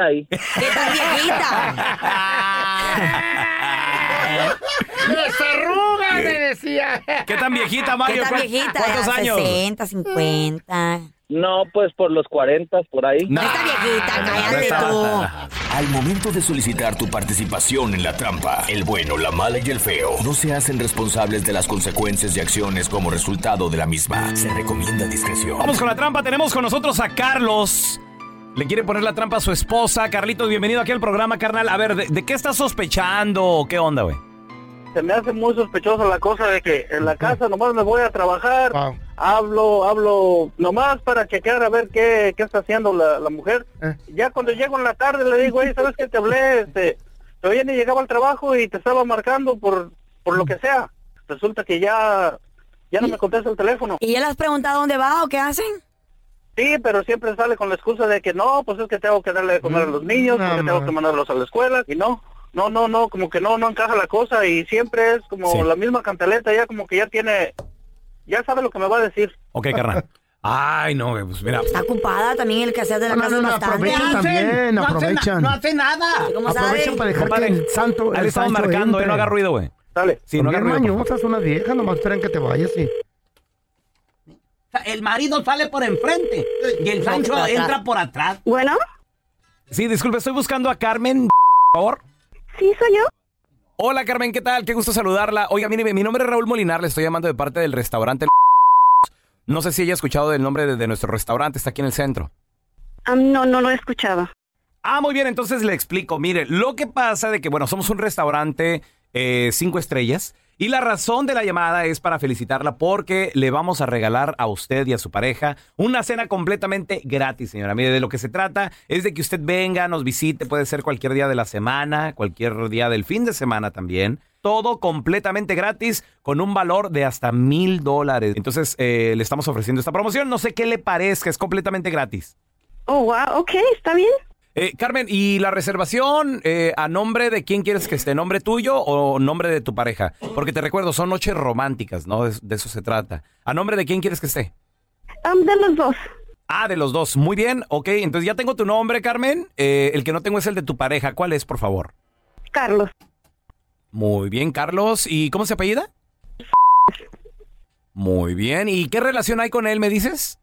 Speaker 1: *laughs*
Speaker 4: ahí.
Speaker 2: ¿Qué
Speaker 1: ¿Eh?
Speaker 2: tal viejita?
Speaker 3: ¡Las arrugas! Le decía.
Speaker 1: ¿Qué tan viejita,
Speaker 2: ¿Qué
Speaker 1: Mario?
Speaker 2: tal
Speaker 1: ¿Cuán-
Speaker 2: viejita?
Speaker 1: ¿Cuántos años?
Speaker 2: 60, 50.
Speaker 4: No, pues por los 40, por ahí.
Speaker 1: No,
Speaker 2: Esta viejita,
Speaker 1: no, no
Speaker 2: cállate
Speaker 1: estaba
Speaker 2: tú.
Speaker 1: tan-
Speaker 6: Al momento de solicitar tu participación en la trampa, el bueno, la mala y el feo no se hacen responsables de las consecuencias y acciones como resultado de la misma. Se recomienda discreción.
Speaker 1: Vamos con la trampa. Tenemos con nosotros a Carlos. Le quiere poner la trampa a su esposa. Carlitos, bienvenido aquí al programa, carnal. A ver, ¿de, de qué estás sospechando? ¿Qué onda, güey?
Speaker 8: se me hace muy sospechosa la cosa de que en la casa nomás me voy a trabajar,
Speaker 3: Wow.
Speaker 8: hablo, hablo nomás para chequear a ver qué, qué está haciendo la, la mujer.
Speaker 3: Eh.
Speaker 8: Ya cuando llego en la tarde le digo, oye, ¿sabes qué te hablé? Este, todavía ni llegaba al trabajo y te estaba marcando por, por lo que sea. Resulta que ya, ya no me contesta el teléfono.
Speaker 2: ¿Y ya le has preguntado dónde va o qué hacen?
Speaker 8: Sí, pero siempre sale con la excusa de que no, pues es que tengo que darle de comer a
Speaker 2: Mm,
Speaker 8: los niños,
Speaker 3: no,
Speaker 8: porque
Speaker 3: ma.
Speaker 8: tengo que mandarlos a la escuela, y no, no, no, no, como que no, no encaja la cosa, y siempre es como
Speaker 1: Sí.
Speaker 8: la misma cantaleta, ya como que ya tiene, ya sabe lo que me va a decir.
Speaker 1: Ok,
Speaker 3: *laughs*
Speaker 1: carnal. Ay, no, güey, pues mira.
Speaker 2: Está ocupada también el quehacer de la
Speaker 3: No,
Speaker 2: casa
Speaker 3: no, no,
Speaker 2: bastante.
Speaker 3: aprovecha.
Speaker 5: No hacen,
Speaker 3: También,
Speaker 5: no hacen na-
Speaker 3: aprovechan.
Speaker 5: No hace nada.
Speaker 2: ¿Cómo
Speaker 3: Aprovechen
Speaker 2: saben?
Speaker 3: para dejar que el santo.
Speaker 1: Ahí
Speaker 3: el
Speaker 1: le estamos
Speaker 3: Sancho
Speaker 1: marcando, eh,
Speaker 3: entre.
Speaker 1: no haga ruido, güey.
Speaker 8: Sale.
Speaker 1: Sí, no haga
Speaker 3: También
Speaker 1: ruido. por favor.
Speaker 3: mañosas, unas viejas, nomás esperan que te vayas y...
Speaker 5: O sea, El marido sale por enfrente y el Sancho
Speaker 2: por atrás.
Speaker 5: entra por atrás.
Speaker 9: Bueno,
Speaker 1: Sí, disculpe, estoy buscando a Carmen, por favor.
Speaker 9: sí soy yo.
Speaker 1: Hola, Carmen, ¿qué tal? Qué gusto saludarla. Oiga, mire, mi nombre es Raúl Molinar, le estoy llamando de parte del restaurante. El No sé si ella ha escuchado del nombre de, de nuestro restaurante, está aquí en el centro.
Speaker 9: Ah, no, no lo he escuchado.
Speaker 1: Ah, muy bien, entonces le explico. Mire, lo que pasa de que, bueno, somos un restaurante eh, cinco estrellas y la razón de la llamada es para felicitarla porque le vamos a regalar a usted y a su pareja una cena completamente gratis, señora. Mire, de lo que se trata es de que usted venga, nos visite, puede ser cualquier día de la semana, cualquier día del fin de semana también. Todo completamente gratis con un valor de hasta mil dólares. Entonces, eh, le estamos ofreciendo esta promoción. No sé qué le parezca, es completamente gratis.
Speaker 9: Oh, wow, ok, está bien.
Speaker 1: Eh, Carmen, ¿y la reservación eh, a nombre de quién quieres que esté? ¿Nombre tuyo o nombre de tu pareja? Porque te recuerdo, son noches románticas, ¿no? De, de eso se trata. ¿A nombre de quién quieres que esté?
Speaker 9: Am, de los dos.
Speaker 1: Ah, de los dos. Muy bien, ok. Entonces ya tengo tu nombre, Carmen. Eh, el que no tengo es el de tu pareja. ¿Cuál es, por favor?
Speaker 9: Carlos.
Speaker 1: Muy bien, Carlos. ¿Y cómo
Speaker 9: *laughs*
Speaker 1: se apellida? Muy bien. ¿Y qué relación hay con él, me dices?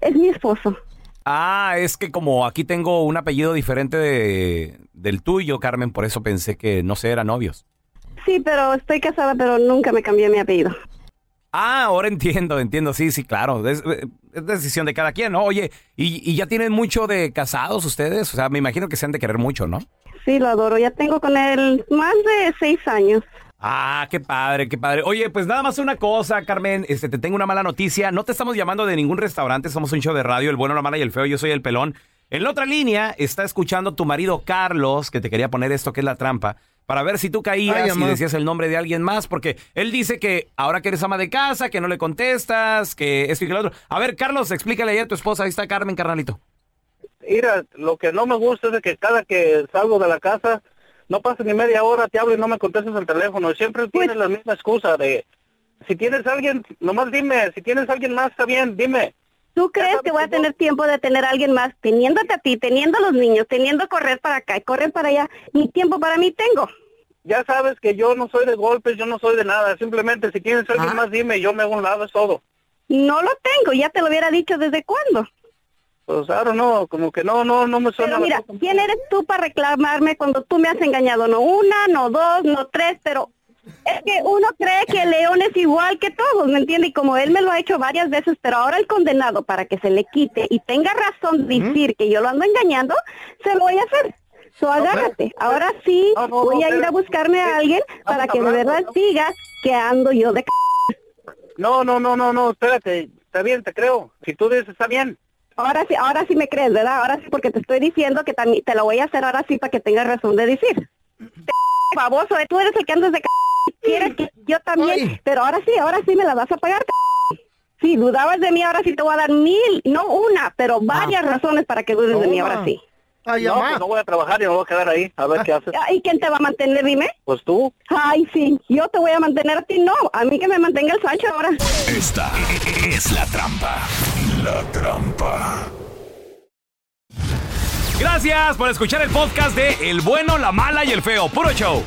Speaker 9: Es mi esposo.
Speaker 1: Ah, es que como aquí tengo un apellido diferente de- del tuyo, Carmen, por eso pensé que, no sé, eran novios.
Speaker 9: Sí, pero estoy casada, pero nunca me cambié mi apellido.
Speaker 1: Ah, ahora entiendo, entiendo, sí, sí, claro. Es, eh, es decisión de cada quien, ¿no? Oye, y, y ya tienen mucho de casados ustedes? O sea, me imagino que se han de querer mucho, ¿no?
Speaker 9: Sí, lo adoro. Ya tengo con él más de seis años.
Speaker 1: Ah, qué padre, qué padre. Oye, pues nada más una cosa, Carmen, este, te tengo una mala noticia. No te estamos llamando de ningún restaurante, somos un show de radio, el bueno, la mala y el feo, yo soy el pelón. En la otra línea está escuchando tu marido Carlos, que te quería poner esto que es la trampa, para ver si tú
Speaker 3: Ay,
Speaker 1: caías y
Speaker 3: amá.
Speaker 1: decías el nombre de alguien más, porque él dice que ahora que eres ama de casa, que no le contestas, que esto y que lo otro. A ver, Carlos, explícale ahí a tu esposa, ahí está Carmen, carnalito.
Speaker 8: Mira, lo que no me gusta es de que cada que salgo de la casa, no pasa ni media hora, te hablo y no me contestas el teléfono. Siempre
Speaker 9: Pues
Speaker 8: tienes la misma excusa de, si tienes alguien, nomás dime, si tienes alguien más, está bien, dime.
Speaker 9: ¿Tú crees que voy a tener tiempo de tener a alguien más teniéndote a ti, teniendo a los niños, teniendo correr para acá y correr para allá? Mi tiempo para mí tengo.
Speaker 8: Ya sabes que yo no soy de golpes, yo no soy de nada. Simplemente, si tienes
Speaker 9: Ah.
Speaker 8: alguien más, dime, yo me hago a un lado, es todo.
Speaker 9: No lo tengo, ya te lo hubiera dicho desde cuándo.
Speaker 8: Pues ahora no, como que no, no, no me suena.
Speaker 9: Pero
Speaker 8: la
Speaker 9: mira,
Speaker 8: cosa.
Speaker 9: ¿quién eres tú para reclamarme cuando tú me has engañado? No una, no dos, no tres, pero es que uno cree que León es igual que todos, ¿me entiendes? Y como él me lo ha hecho varias veces, pero ahora el condenado, para que se le quite y tenga razón de decir que yo lo ando engañando, se lo voy a hacer. So, agárrate. Ahora sí,
Speaker 8: No, no, no,
Speaker 9: voy a ir a
Speaker 8: espérate.
Speaker 9: buscarme a alguien para que de
Speaker 8: hablando,
Speaker 9: verdad
Speaker 8: ¿no?
Speaker 9: digas que ando yo de c...
Speaker 8: No, no, no, no, no, espérate, está bien, te creo. Si tú dices, está bien.
Speaker 9: Ahora sí, ahora sí me crees, ¿verdad? Ahora sí, porque te estoy diciendo que también te lo voy a hacer ahora sí para que tengas razón de decir. Te- *laughs* Baboso, eh, tú eres el que andas de c... Quieres que yo también,
Speaker 3: Ay.
Speaker 9: pero ahora sí, ahora sí me la vas a pagar. c-. Si dudabas de mí, ahora sí te voy a dar mil, no una, pero
Speaker 1: Ah.
Speaker 9: varias razones para que dudes de mí ahora
Speaker 3: Toma.
Speaker 9: sí.
Speaker 3: Ay,
Speaker 8: No,
Speaker 3: amá.
Speaker 8: pues no voy a trabajar y me voy a quedar ahí, a ver qué haces.
Speaker 9: Ah, ¿Y quién te va a mantener, dime?
Speaker 8: Pues tú.
Speaker 9: Ay, sí, yo te voy a mantener a ti, no, a mí que me mantenga el Sancho ahora.
Speaker 6: Esta es la trampa. La trampa.
Speaker 1: Gracias por escuchar el podcast de El bueno, la mala y el feo. Puro show.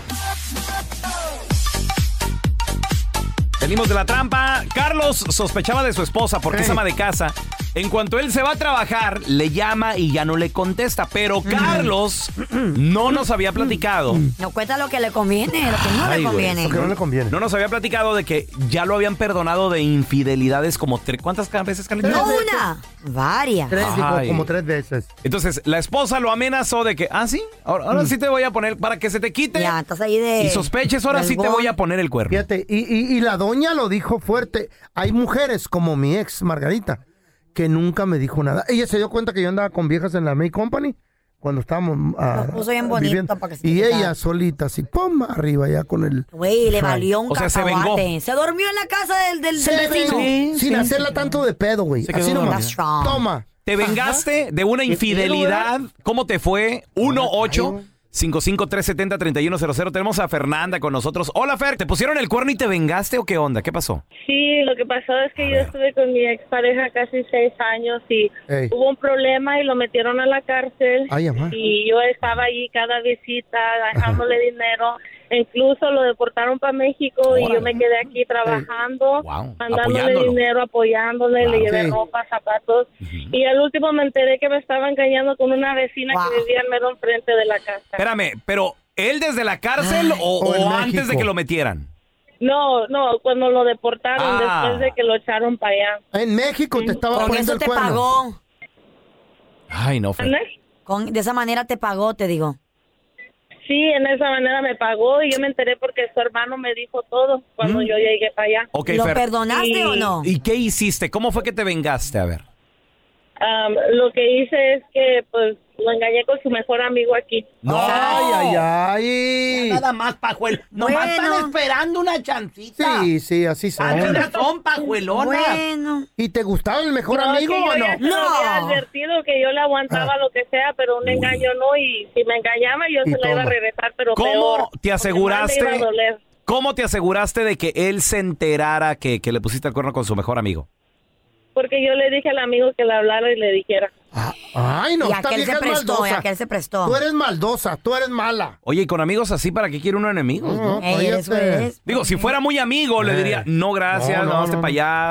Speaker 1: Venimos de la trampa. Carlos sospechaba de su esposa porque es
Speaker 3: Ey.
Speaker 1: ama de casa. En cuanto él se va a trabajar, le llama y ya no le contesta. Pero
Speaker 2: Mm.
Speaker 1: Carlos no nos había platicado.
Speaker 2: No cuenta lo que le conviene, lo que Mm. no
Speaker 1: Ay,
Speaker 2: le
Speaker 1: güey,
Speaker 2: conviene.
Speaker 3: Lo que no le conviene.
Speaker 1: No nos había platicado de que ya lo habían perdonado de infidelidades como tres. ¿Cuántas veces, Carlitos?
Speaker 2: No una, varias.
Speaker 3: Tres, dijo,
Speaker 1: Ay.
Speaker 3: como tres veces.
Speaker 1: Entonces, la esposa lo amenazó de que, ah, sí, ahora, ahora sí te voy a poner para que se te quite.
Speaker 2: Mm. Ya, estás ahí de.
Speaker 1: Y sospeches, ahora sí te voy a poner el cuerno.
Speaker 3: Fíjate, y, y- y la doña lo dijo fuerte. Hay mujeres como mi ex, Margarita, que nunca me dijo nada. Ella se dio cuenta que yo andaba con viejas en la May Company cuando estábamos ah,
Speaker 2: Lo puso bien bonito para que se
Speaker 3: y
Speaker 2: te quitara.
Speaker 3: ella solita, así, pum, arriba ya con el...
Speaker 2: Güey, le
Speaker 3: Fran.
Speaker 2: valió un
Speaker 1: O sea, se
Speaker 2: cacahuate.
Speaker 1: vengó.
Speaker 2: Se dormió en la casa del, del,
Speaker 3: Se
Speaker 2: del
Speaker 3: vengó,
Speaker 2: vecino.
Speaker 3: sin hacerla tanto de pedo, güey.
Speaker 1: Se quedó
Speaker 3: Así
Speaker 1: dormida.
Speaker 3: nomás.
Speaker 2: That's strong.
Speaker 3: Toma.
Speaker 1: ¿Te vengaste de una infidelidad? ¿Cómo te fue? 1 8 370 3100 Tenemos a Fernanda con nosotros. Hola, Fer. ¿Te pusieron el cuerno y te vengaste o qué onda? ¿Qué pasó?
Speaker 10: Sí, lo que pasó es que yo estuve con mi expareja casi seis años y
Speaker 3: Ey.
Speaker 10: hubo un problema y lo metieron a la cárcel.
Speaker 3: Ay, amá.
Speaker 10: y yo estaba allí cada visita dejándole dinero. Incluso lo deportaron para México y yo me quedé aquí trabajando,
Speaker 1: Wow,
Speaker 10: mandándole
Speaker 1: apoyándolo.
Speaker 10: dinero, apoyándole, le
Speaker 1: Claro.
Speaker 10: llevé
Speaker 3: Sí.
Speaker 10: ropa, zapatos. Y al último me enteré que me estaba engañando con una vecina que
Speaker 2: Wow.
Speaker 10: vivía mero enfrente de la casa.
Speaker 1: Espérame, pero ¿él desde la cárcel o,
Speaker 3: o en
Speaker 1: o antes
Speaker 3: México.
Speaker 1: de que lo metieran?
Speaker 10: No, no, cuando lo deportaron
Speaker 1: Ah.
Speaker 10: después de que lo echaron para allá.
Speaker 3: En México te estaba
Speaker 2: Con eso
Speaker 3: poniendo el
Speaker 2: te
Speaker 3: cuerno.
Speaker 2: pagó.
Speaker 1: Ay, no, Fer.
Speaker 10: ¿Entendés?
Speaker 2: Con, de esa manera te pagó, te digo.
Speaker 10: Sí, en esa manera me pagó y yo me enteré porque su hermano me dijo todo cuando yo llegué para allá.
Speaker 1: Ok,
Speaker 2: ¿Lo
Speaker 1: Fer.
Speaker 2: perdonaste
Speaker 10: Sí.
Speaker 2: o no?
Speaker 1: ¿Y qué hiciste? ¿Cómo fue que te vengaste? A ver.
Speaker 10: Am, um, lo que hice es que pues lo engañé con su mejor amigo aquí. Ah,
Speaker 3: ¡Ay, ay, ay!
Speaker 5: Nada más, Pajuel. Nomás están esperando una chancita.
Speaker 3: Sí, sí, así son.
Speaker 5: Tantas son, Pajuelona.
Speaker 3: ¿Y te gustaba el mejor amigo
Speaker 10: que yo
Speaker 3: o
Speaker 10: ya
Speaker 3: no?
Speaker 10: se lo había advertido que yo le aguantaba lo que sea, pero un engaño no y si me engañaba yo
Speaker 1: Y
Speaker 10: se la iba a
Speaker 1: toma.
Speaker 10: regresar, pero peor.
Speaker 1: ¿Cómo te
Speaker 10: Porque más
Speaker 1: aseguraste?
Speaker 10: le iba a doler.
Speaker 1: ¿Cómo te aseguraste de que él se enterara que, que le pusiste el cuerno con su mejor amigo?
Speaker 10: Porque yo le dije al amigo que le hablara y le dijera.
Speaker 3: Ay, no,
Speaker 10: Y
Speaker 3: esta
Speaker 10: aquel
Speaker 3: vieja
Speaker 10: se
Speaker 3: es
Speaker 10: prestó,
Speaker 3: maldosa.
Speaker 10: y aquel se prestó.
Speaker 3: Tú eres maldosa, tú eres mala.
Speaker 1: Oye, y con amigos así, ¿para qué quiere uno enemigos? no?
Speaker 3: Ey, oye, eso este- es.
Speaker 1: Digo, si fuera muy amigo, le diría, no, gracias,
Speaker 3: No,
Speaker 1: no,
Speaker 3: no, no,
Speaker 1: para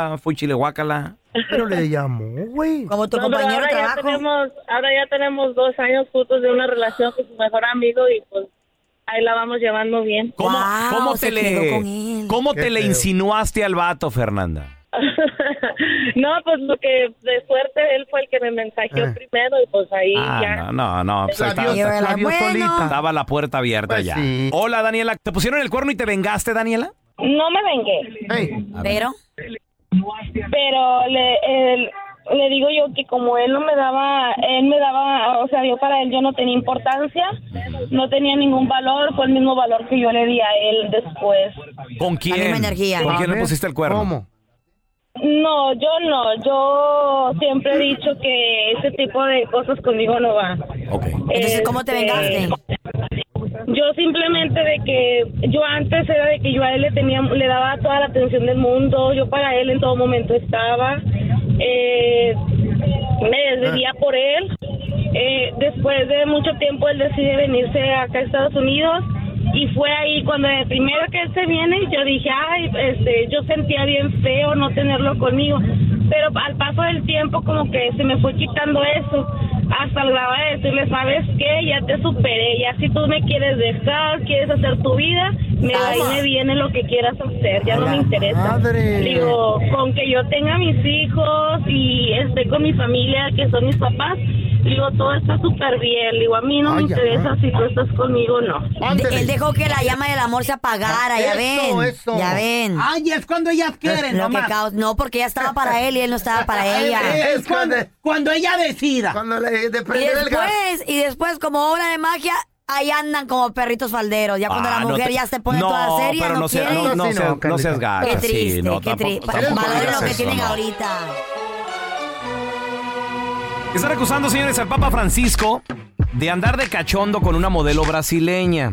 Speaker 1: allá, fui chile guácala.
Speaker 3: Pero le llamó, güey.
Speaker 2: Como
Speaker 10: No, pero ahora ya tenemos, ahora ya tenemos dos años juntos de una relación con su mejor amigo y pues ahí la vamos llevando bien.
Speaker 1: ¿Cómo, cómo te le, ¿cómo
Speaker 10: Qué
Speaker 1: te le
Speaker 10: feo.
Speaker 1: insinuaste al vato, Fernanda?
Speaker 10: no, pues lo que de suerte él fue el que me mensajeó
Speaker 1: Ah.
Speaker 10: primero y pues ahí ya.
Speaker 1: Ah, no, no, no. pues ahí
Speaker 10: La vio-
Speaker 1: estaba,
Speaker 10: la vio Bueno. solita.
Speaker 1: Estaba la puerta abierta ya. Hola, Daniela. ¿Te pusieron el cuerno y te vengaste, Daniela?
Speaker 10: No me vengué.
Speaker 1: A ver.
Speaker 2: Pero.
Speaker 10: Pero le, él- le digo yo que como él no me daba, él me daba, o sea, yo para él yo no tenía importancia, no tenía ningún valor, fue el mismo valor que yo le di a él después.
Speaker 1: ¿Con quién?
Speaker 10: misma energía.
Speaker 1: ¿Con
Speaker 10: A
Speaker 1: quién le
Speaker 10: ver,
Speaker 1: pusiste el cuerno? ¿Cómo?
Speaker 10: No, yo no, yo siempre he dicho que ese tipo de cosas conmigo no va.
Speaker 2: Entonces, ¿cómo te
Speaker 10: Este,
Speaker 2: vengaste?
Speaker 10: Yo simplemente de que yo antes era de que yo a él le tenía le daba toda la atención del mundo, yo para él en todo momento estaba, eh, me desvivía por él. Eh, después de mucho tiempo él decide venirse acá a Estados Unidos y fue ahí cuando el primero que él se viene yo dije, ay, este, yo sentía bien feo no tenerlo conmigo, pero al paso del tiempo como que se me fue quitando eso, hasta el grado de decirle, ¿sabes qué? Ya te superé, ya si tú me quieres dejar, quieres hacer tu vida, me va y me viene lo que quieras hacer, ya no me interesa. Digo, con que yo tenga mis hijos y esté con mi familia, que son mis papás, digo, todo está súper bien, digo, a mí no me interesa si tú estás conmigo o no.
Speaker 2: De- él dejó que la llama del amor se apagara, ya
Speaker 10: Eso,
Speaker 2: ven.
Speaker 10: eso.
Speaker 2: Ya ven.
Speaker 5: Ay, es cuando ellas quieren,
Speaker 2: Lo que
Speaker 5: nomás.
Speaker 2: caos- No, porque ella estaba para él y él no estaba
Speaker 5: *laughs*
Speaker 2: para ella.
Speaker 5: Es, es cuando, cuando ella decida.
Speaker 3: Cuando le
Speaker 2: Y después, y después, como obra de magia, ahí andan como perritos falderos. Ya cuando
Speaker 1: Ah,
Speaker 2: la
Speaker 1: no
Speaker 2: mujer
Speaker 1: te-
Speaker 2: ya se pone
Speaker 1: no,
Speaker 2: toda seria,
Speaker 1: pero
Speaker 2: no,
Speaker 1: no seas- no-
Speaker 2: quiere.
Speaker 1: no Sí, no, seas- no Carlita. seas gacha,
Speaker 2: Qué
Speaker 1: sí,
Speaker 2: triste,
Speaker 1: no,
Speaker 2: qué
Speaker 1: tampoco-
Speaker 2: triste.
Speaker 1: tampoco
Speaker 2: Valoren
Speaker 1: digas
Speaker 2: lo que
Speaker 1: eso,
Speaker 2: tienen
Speaker 1: no.
Speaker 2: ahorita.
Speaker 1: Están acusando, señores, al Papa Francisco de andar de cachondo con una modelo brasileña.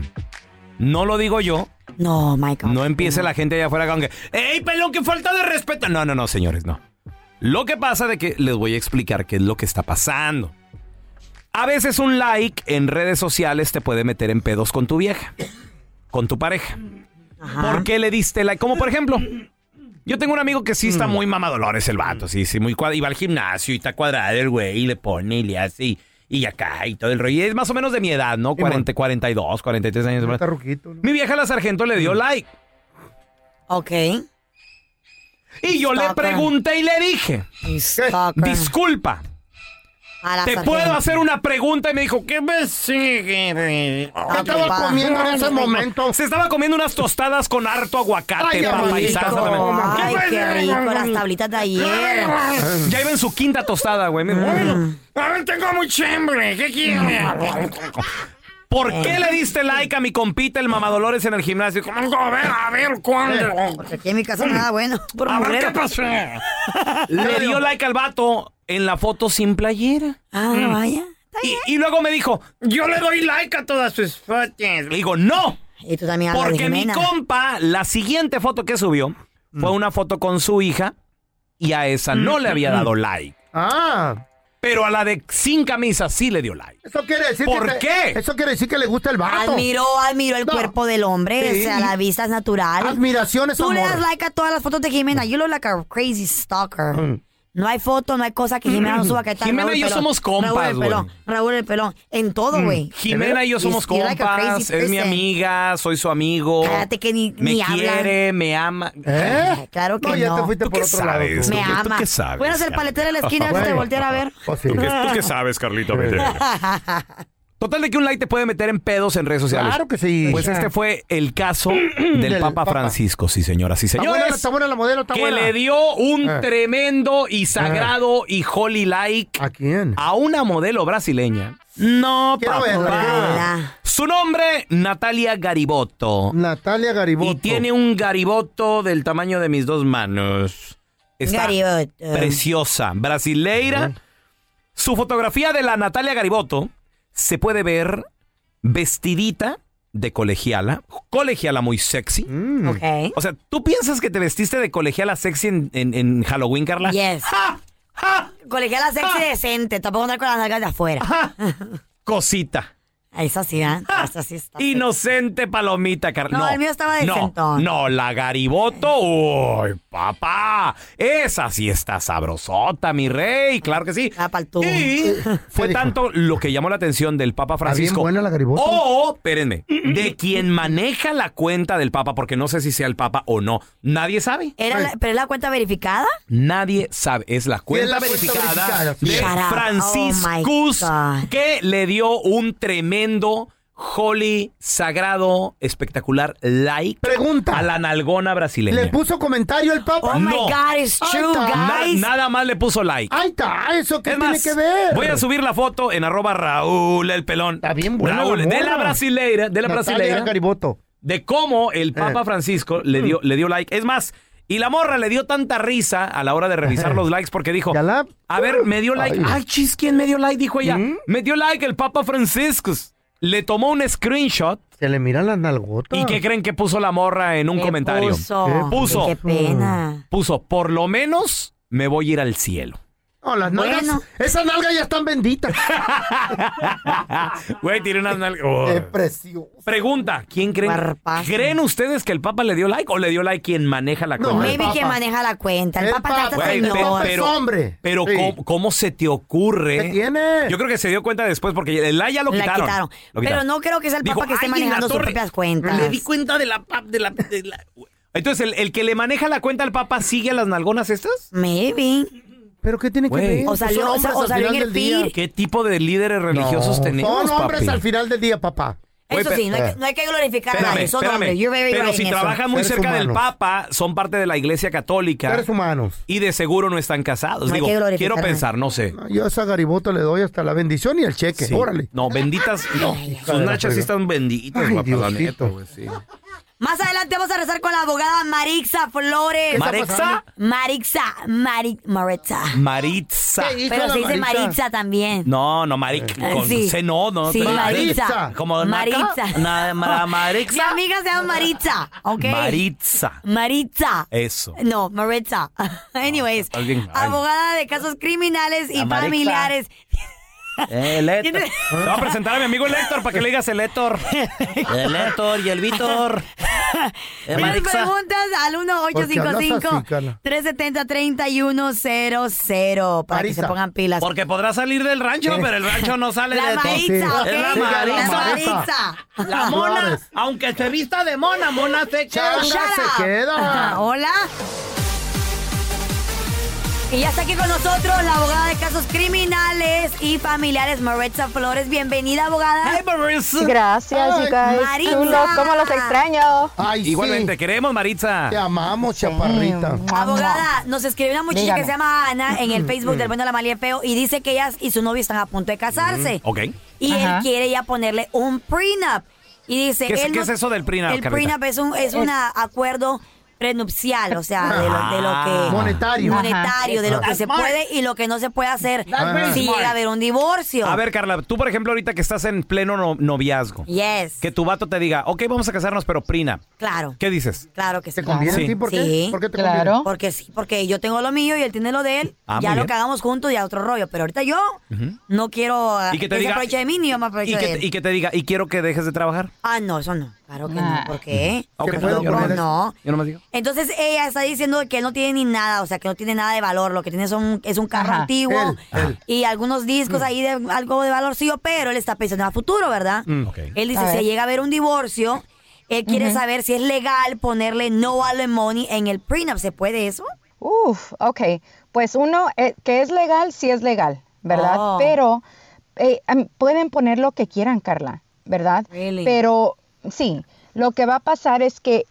Speaker 1: No lo digo yo.
Speaker 2: No, Michael.
Speaker 1: No empiece la gente allá afuera con que, ¡Ey, pelón, qué falta de respeto! No, no, no, señores, no. Lo que pasa de que les voy a explicar qué es lo que está pasando. A veces un like en redes sociales te puede meter en pedos con tu vieja, con tu pareja. ¿Por qué le diste like? Como por ejemplo, yo tengo un amigo que sí
Speaker 3: Mm.
Speaker 1: está muy mamadolores el vato, sí, sí, muy cuadrado. Y va al gimnasio y está cuadrado el güey y le pone y le hace y, y acá y todo el rollo. Y es más o menos de mi edad, ¿no? 40, 42, 43 años.
Speaker 3: Está ruquito, Mm.
Speaker 1: Mi vieja la sargento le dio like.
Speaker 2: Ok.
Speaker 1: Y yo le
Speaker 2: Stalker.
Speaker 1: pregunté y le dije, disculpa,
Speaker 2: A la
Speaker 1: ¿te
Speaker 2: sargento.
Speaker 1: puedo hacer una pregunta? Y me dijo, ¿qué me sigue?
Speaker 2: Ah,
Speaker 3: estaba papá. comiendo en ese
Speaker 1: momento? Se estaba comiendo unas tostadas con harto aguacate,
Speaker 2: Ay,
Speaker 1: papá, y
Speaker 2: rico.
Speaker 1: salsa también.
Speaker 2: Ay,
Speaker 1: ¿Qué me
Speaker 2: qué
Speaker 1: sigue?
Speaker 2: rico, las tablitas de ayer. ¿eh?
Speaker 1: Ya iba en su quinta tostada, güey. Me dijo, "Bueno,
Speaker 11: A ver, tengo mucha hambre. ¿Qué quiere?
Speaker 1: ¿Por
Speaker 2: Eh.
Speaker 1: qué le diste like a mi compita, el mamadolores, en el gimnasio?
Speaker 11: A ver, a ver, ¿cuándo?
Speaker 2: Porque aquí en mi casa Eh. nada bueno. Por
Speaker 1: Mm. A ver,
Speaker 2: mugrero.
Speaker 1: ¿qué
Speaker 2: *laughs*
Speaker 1: pasó? Le dio like al vato en la foto sin playera.
Speaker 2: Ah,
Speaker 1: Mm.
Speaker 2: vaya.
Speaker 1: Y, y luego me dijo, yo le doy like a todas sus fotos. Le digo, no.
Speaker 2: Y tú también hablas de
Speaker 1: Porque mi
Speaker 2: Jimena.
Speaker 1: compa, la siguiente foto que subió fue una foto con su hija y a esa no le había dado like.
Speaker 3: Ah.
Speaker 1: Pero a la de sin camisa sí le dio like.
Speaker 3: Eso quiere decir
Speaker 1: ¿Por
Speaker 3: que te-
Speaker 1: qué?
Speaker 3: Eso quiere decir que le gusta el vato.
Speaker 2: Admiró, admiró el cuerpo del hombre,
Speaker 3: Sí.
Speaker 2: o sea, la vista es natural. Admiración
Speaker 3: es
Speaker 2: Tú le
Speaker 3: amor.
Speaker 2: das like a todas las fotos de Jimena. You look like a crazy stalker. No hay foto, no hay cosa que Jimena no suba que tal.
Speaker 1: Mm. Jimena
Speaker 2: Raúl
Speaker 1: y yo
Speaker 2: Pelón.
Speaker 1: somos compas,
Speaker 2: Raúl
Speaker 1: güey.
Speaker 2: el
Speaker 1: Mm.
Speaker 2: pelón, Raúl el pelón. En todo, güey.
Speaker 1: Jimena y yo
Speaker 2: You-
Speaker 1: somos
Speaker 2: you like a
Speaker 1: compas,
Speaker 2: crazy
Speaker 1: es mi
Speaker 2: person.
Speaker 1: amiga, soy su amigo.
Speaker 2: Cállate que ni,
Speaker 1: me
Speaker 2: ni hablan.
Speaker 1: quiere, me ama.
Speaker 3: ¿Eh?
Speaker 2: Ay, Claro que no.
Speaker 1: No, ya te fuiste ¿Tú por qué otro lado, sabes? tú.
Speaker 2: Me
Speaker 1: ¿Tú qué- tú
Speaker 2: ama.
Speaker 1: qué sabes,
Speaker 2: Fueras el
Speaker 1: Carla?
Speaker 2: paletero de la esquina, te
Speaker 1: Bueno.
Speaker 2: voltear a ver.
Speaker 1: ¿Tú, qué, tú qué sabes, Carlito? Total de que un like te puede meter en pedos en redes sociales.
Speaker 3: Claro que sí.
Speaker 1: Pues este fue el caso del,
Speaker 3: Del
Speaker 1: Papa,
Speaker 3: Papa.
Speaker 1: Francisco, sí, señoras y
Speaker 3: Está buena,
Speaker 1: señores.
Speaker 3: está buena la modelo, está
Speaker 1: que
Speaker 3: buena.
Speaker 1: le dio un
Speaker 3: Eh.
Speaker 1: tremendo y sagrado y holy like. ¿A
Speaker 3: quién?
Speaker 1: A una modelo brasileña. No,
Speaker 3: Quiero
Speaker 1: papá.
Speaker 3: verla.
Speaker 1: Su nombre, Natalia Garibotto.
Speaker 3: Natalia Garibotto.
Speaker 1: Y tiene un gariboto del tamaño de mis dos manos. *laughs* Está
Speaker 2: Garibotto.
Speaker 1: preciosa, brasileira. Su fotografía de la Natalia Garibotto se puede ver vestidita de colegiala, colegiala muy sexy.
Speaker 2: Ok.
Speaker 1: O sea, ¿tú piensas que te vestiste de colegiala sexy en, en- en Halloween, Carla?
Speaker 2: Yes. Colegiala sexy decente, tampoco andar con las nalgas de afuera.
Speaker 1: Cosita.
Speaker 2: Eso sí, ¿eh? Eso sí está.
Speaker 1: Inocente palomita, Carla.
Speaker 2: No, el mío estaba de
Speaker 1: no,
Speaker 2: sentón.
Speaker 1: no, la Gariboto. Uy, papá. Esa sí está sabrosota, mi rey. Claro que sí. Y fue tanto lo que llamó la atención del Papa
Speaker 3: bien
Speaker 1: Francisco. Oh,
Speaker 3: buena la Gariboto.
Speaker 1: O, espérenme, de quien maneja la cuenta del Papa, porque no sé si sea el Papa o no. Nadie sabe.
Speaker 2: Era la- ¿Pero es la cuenta verificada?
Speaker 1: Nadie sabe. Es la cuenta
Speaker 2: Pues la cuenta
Speaker 1: verificada
Speaker 2: verificada, sí.
Speaker 1: de
Speaker 2: Shut up. Oh, my
Speaker 1: Franciscus que le dio un tremendo, holy, sagrado, espectacular like a la nalgona brasileña.
Speaker 3: ¿Le puso comentario el Papa?
Speaker 1: Oh my No. God,
Speaker 2: it's
Speaker 1: true, guys. Na- nada más le puso like.
Speaker 3: Ahí está, ¿eso qué
Speaker 1: Es
Speaker 3: tiene
Speaker 1: más,
Speaker 3: que ver?
Speaker 1: Voy a subir la foto en arroba Raúl el pelón. Está bien
Speaker 3: buena
Speaker 1: Raúl,
Speaker 3: la
Speaker 1: de
Speaker 3: morra.
Speaker 1: la brasileira, de la
Speaker 3: Natalia
Speaker 1: brasileira.
Speaker 3: Gariboto.
Speaker 1: De cómo el Papa
Speaker 3: Eh.
Speaker 1: Francisco le dio, le dio like. Es más, y la morra le dio tanta risa a la hora de revisar los likes porque dijo, a ver, me dio like.
Speaker 3: Eh. Ay. Mm.
Speaker 1: Ay, chis, ¿quién me dio like? Dijo ella. Me dio like el Papa Francisco. Le tomó un screenshot.
Speaker 3: Se le miran las nalgotas.
Speaker 1: ¿Y qué creen que puso la morra en un
Speaker 3: ¿Qué
Speaker 1: comentario?
Speaker 3: puso? ¿Qué
Speaker 1: Puso.
Speaker 3: Qué pena.
Speaker 1: Puso, por lo menos me voy a ir al cielo. *laughs*
Speaker 3: No, las nalgas. Esas nalgas ya están
Speaker 12: *laughs*
Speaker 3: benditas.
Speaker 1: Güey, tiene unas nalgas. Oh.
Speaker 3: Qué precioso.
Speaker 1: Pregunta, ¿quién creen? ¿Creen ustedes que el Papa le dio like o le dio like quien maneja la cuenta?
Speaker 2: Maybe que maneja la cuenta. El, papá, está
Speaker 1: Güey, pe-
Speaker 2: señor.
Speaker 1: pero, pero ¿cómo, cómo se te ocurre? Yo creo que se dio cuenta después porque el like ya lo
Speaker 2: La
Speaker 1: quitaron.
Speaker 2: quitaron.
Speaker 1: Lo
Speaker 2: Pero
Speaker 1: quitaron.
Speaker 2: no creo que sea el
Speaker 1: Dijo,
Speaker 2: papá que esté
Speaker 1: "Ay, en la
Speaker 2: manejando sus
Speaker 1: torre".
Speaker 2: propias cuentas.
Speaker 1: Le di cuenta de la pap, de la, de la- Entonces, ¿el, el que le maneja la cuenta al Papa sigue a las nalgonas estas?
Speaker 2: Maybe.
Speaker 3: ¿Pero qué tiene Pues
Speaker 1: Güey.
Speaker 2: O salió, o, o salió en el feed.
Speaker 1: ¿Qué tipo de líderes religiosos
Speaker 3: No,
Speaker 1: tenemos,
Speaker 3: Son hombres
Speaker 1: papi?
Speaker 3: al final del día, papá.
Speaker 1: Güey,
Speaker 2: Eso
Speaker 1: pe-
Speaker 2: sí, no hay,
Speaker 1: eh.
Speaker 2: que- no hay que glorificar a
Speaker 1: Espérame,
Speaker 2: nadie. Son
Speaker 1: espérame.
Speaker 2: hombres. You're very
Speaker 1: Pero
Speaker 2: right
Speaker 1: si
Speaker 2: en eso.
Speaker 1: trabajan muy
Speaker 3: Seres
Speaker 1: cerca del
Speaker 3: humanos.
Speaker 1: Papa, son parte de la Iglesia Católica.
Speaker 3: Seres humanos.
Speaker 1: Y de seguro no están casados.
Speaker 3: No hay
Speaker 1: Digo,
Speaker 3: que glorificar
Speaker 1: quiero
Speaker 3: a nadie.
Speaker 1: pensar, no sé.
Speaker 3: Yo a esa Gariboto le doy hasta la bendición y el cheque.
Speaker 1: Sí.
Speaker 3: Órale.
Speaker 1: No, benditas, no.
Speaker 3: de
Speaker 1: Sus
Speaker 3: la
Speaker 1: nachas sí
Speaker 3: fregada.
Speaker 1: están benditas,
Speaker 3: Ay,
Speaker 1: guapa, la
Speaker 3: Diosito.
Speaker 1: neta, güey, sí.
Speaker 2: Más adelante vamos a rezar con la abogada Marixa Flores.
Speaker 1: ¿Qué está ¿Marixa? pasando?
Speaker 2: Marixa. Mari, Maritza.
Speaker 1: Maritza.
Speaker 2: Pero se dice Maritza también.
Speaker 1: No, no, Maric,
Speaker 2: Eh,
Speaker 1: con
Speaker 2: sí.
Speaker 1: C no, no.
Speaker 2: Sí,
Speaker 1: pero-
Speaker 2: Maritza.
Speaker 1: Como Maritza.
Speaker 2: Maritza.
Speaker 1: Maritza.
Speaker 2: Mi amiga se llama Maritza, ¿ok?
Speaker 1: Maritza.
Speaker 2: Maritza.
Speaker 1: Eso.
Speaker 2: No,
Speaker 1: *laughs*
Speaker 2: Maritza. *laughs* Anyways,
Speaker 1: Estás bien- ay.
Speaker 2: abogada de casos criminales y
Speaker 1: La Maritza.
Speaker 2: familiares.
Speaker 1: Eh, El Héctor. Te voy a presentar a mi amigo el Héctor para que le digas el Héctor. El Héctor y el
Speaker 2: *laughs*
Speaker 1: Víctor. Eh,
Speaker 2: Más
Speaker 1: Maritza.
Speaker 2: preguntas al
Speaker 1: Porque hablas así, Carla.
Speaker 2: 1-855-370-3100 para que se pongan pilas.
Speaker 1: Porque podrá salir del rancho,
Speaker 2: Sí.
Speaker 1: pero el rancho no sale
Speaker 2: La
Speaker 1: de todo.
Speaker 2: Maritza,
Speaker 1: Es la
Speaker 2: ok.
Speaker 1: Maritza.
Speaker 2: La Maritza.
Speaker 1: La mona,
Speaker 2: Flores.
Speaker 1: aunque se vista de mona, mona se queda.
Speaker 2: Shut up. Ajá, *laughs* Hola. Y ya está aquí con nosotros la abogada de casos criminales y familiares, Maritza Flores. Bienvenida, abogada.
Speaker 12: Gracias,
Speaker 2: Ay,
Speaker 12: chicas.
Speaker 2: Maritza.
Speaker 12: Tú no, ¿Cómo los extraño?
Speaker 1: Igualmente, queremos, Maritza.
Speaker 3: Te amamos, chaparrita.
Speaker 2: Abogada, nos escribió una muchacha
Speaker 12: Dígame.
Speaker 2: que se llama Ana
Speaker 1: Mm,
Speaker 2: en el Facebook del Bueno, la Mala y el Feo y dice que ella y su novio están a punto de casarse.
Speaker 1: Mm, Ok.
Speaker 2: Y
Speaker 1: Ajá.
Speaker 2: él quiere ya ponerle un prenup. Y dice,
Speaker 1: ¿Qué es-
Speaker 2: él
Speaker 1: qué es eso del prenup,
Speaker 2: El
Speaker 1: Carlita?
Speaker 2: prenup es un es
Speaker 1: Eh,
Speaker 2: un acuerdo prenupcial, o sea, de lo, de lo que...
Speaker 1: Ah. Monetario.
Speaker 2: Monetario, de lo
Speaker 1: Ajá.
Speaker 2: que se
Speaker 1: That's
Speaker 2: puede y lo que no se puede hacer
Speaker 1: That's very
Speaker 2: si
Speaker 1: smart.
Speaker 2: llega a haber un divorcio.
Speaker 1: A ver, Carla, tú, por ejemplo, ahorita que estás en pleno no- noviazgo,
Speaker 2: Yes,
Speaker 1: que tu vato te diga, ok, vamos a casarnos, pero Prina.
Speaker 2: claro.
Speaker 1: ¿Qué dices?
Speaker 2: Claro que sí. ¿Te
Speaker 1: conviene a ti? ¿Por qué? ¿Por qué te conviene? Claro.
Speaker 2: Porque sí, porque yo tengo lo mío y él tiene lo de él.
Speaker 1: Ah,
Speaker 2: ya
Speaker 1: muy
Speaker 2: lo
Speaker 1: bien.
Speaker 2: que hagamos juntos ya otro rollo. Pero ahorita yo
Speaker 1: Ujú.
Speaker 2: no quiero ah,
Speaker 1: Y que te
Speaker 2: él se
Speaker 1: diga-
Speaker 2: aproveche de mí ni yo me
Speaker 1: Y
Speaker 2: aprovecho de
Speaker 1: que,
Speaker 2: él.
Speaker 1: y que te diga, y quiero que dejes de trabajar.
Speaker 2: Ah, no, eso no. Claro que
Speaker 3: Ah.
Speaker 2: no. ¿Por qué?
Speaker 1: Ok,
Speaker 2: Loco,
Speaker 1: yo nomás-
Speaker 2: no.
Speaker 1: Yo nomás digo.
Speaker 2: Entonces ella está diciendo que él no tiene ni nada, o sea, que no tiene nada de valor. Lo que tiene son, es un carro
Speaker 1: Ajá.
Speaker 2: antiguo
Speaker 1: Él, él.
Speaker 2: y algunos discos ahí de algo de valorcillo, pero él está pensando a futuro, ¿verdad? Él dice,
Speaker 12: A
Speaker 2: si
Speaker 12: ver.
Speaker 2: llega a haber un divorcio, él quiere
Speaker 12: Ujú.
Speaker 2: saber si es legal ponerle no alimony en el prenup. ¿Se puede eso?
Speaker 12: Uf, ok. Pues uno, eh, que es legal, sí es legal, ¿verdad?
Speaker 2: Oh.
Speaker 12: Pero eh, am- pueden poner lo que quieran, Carla, ¿verdad?
Speaker 2: Really?
Speaker 12: Pero sí, lo que va a pasar es que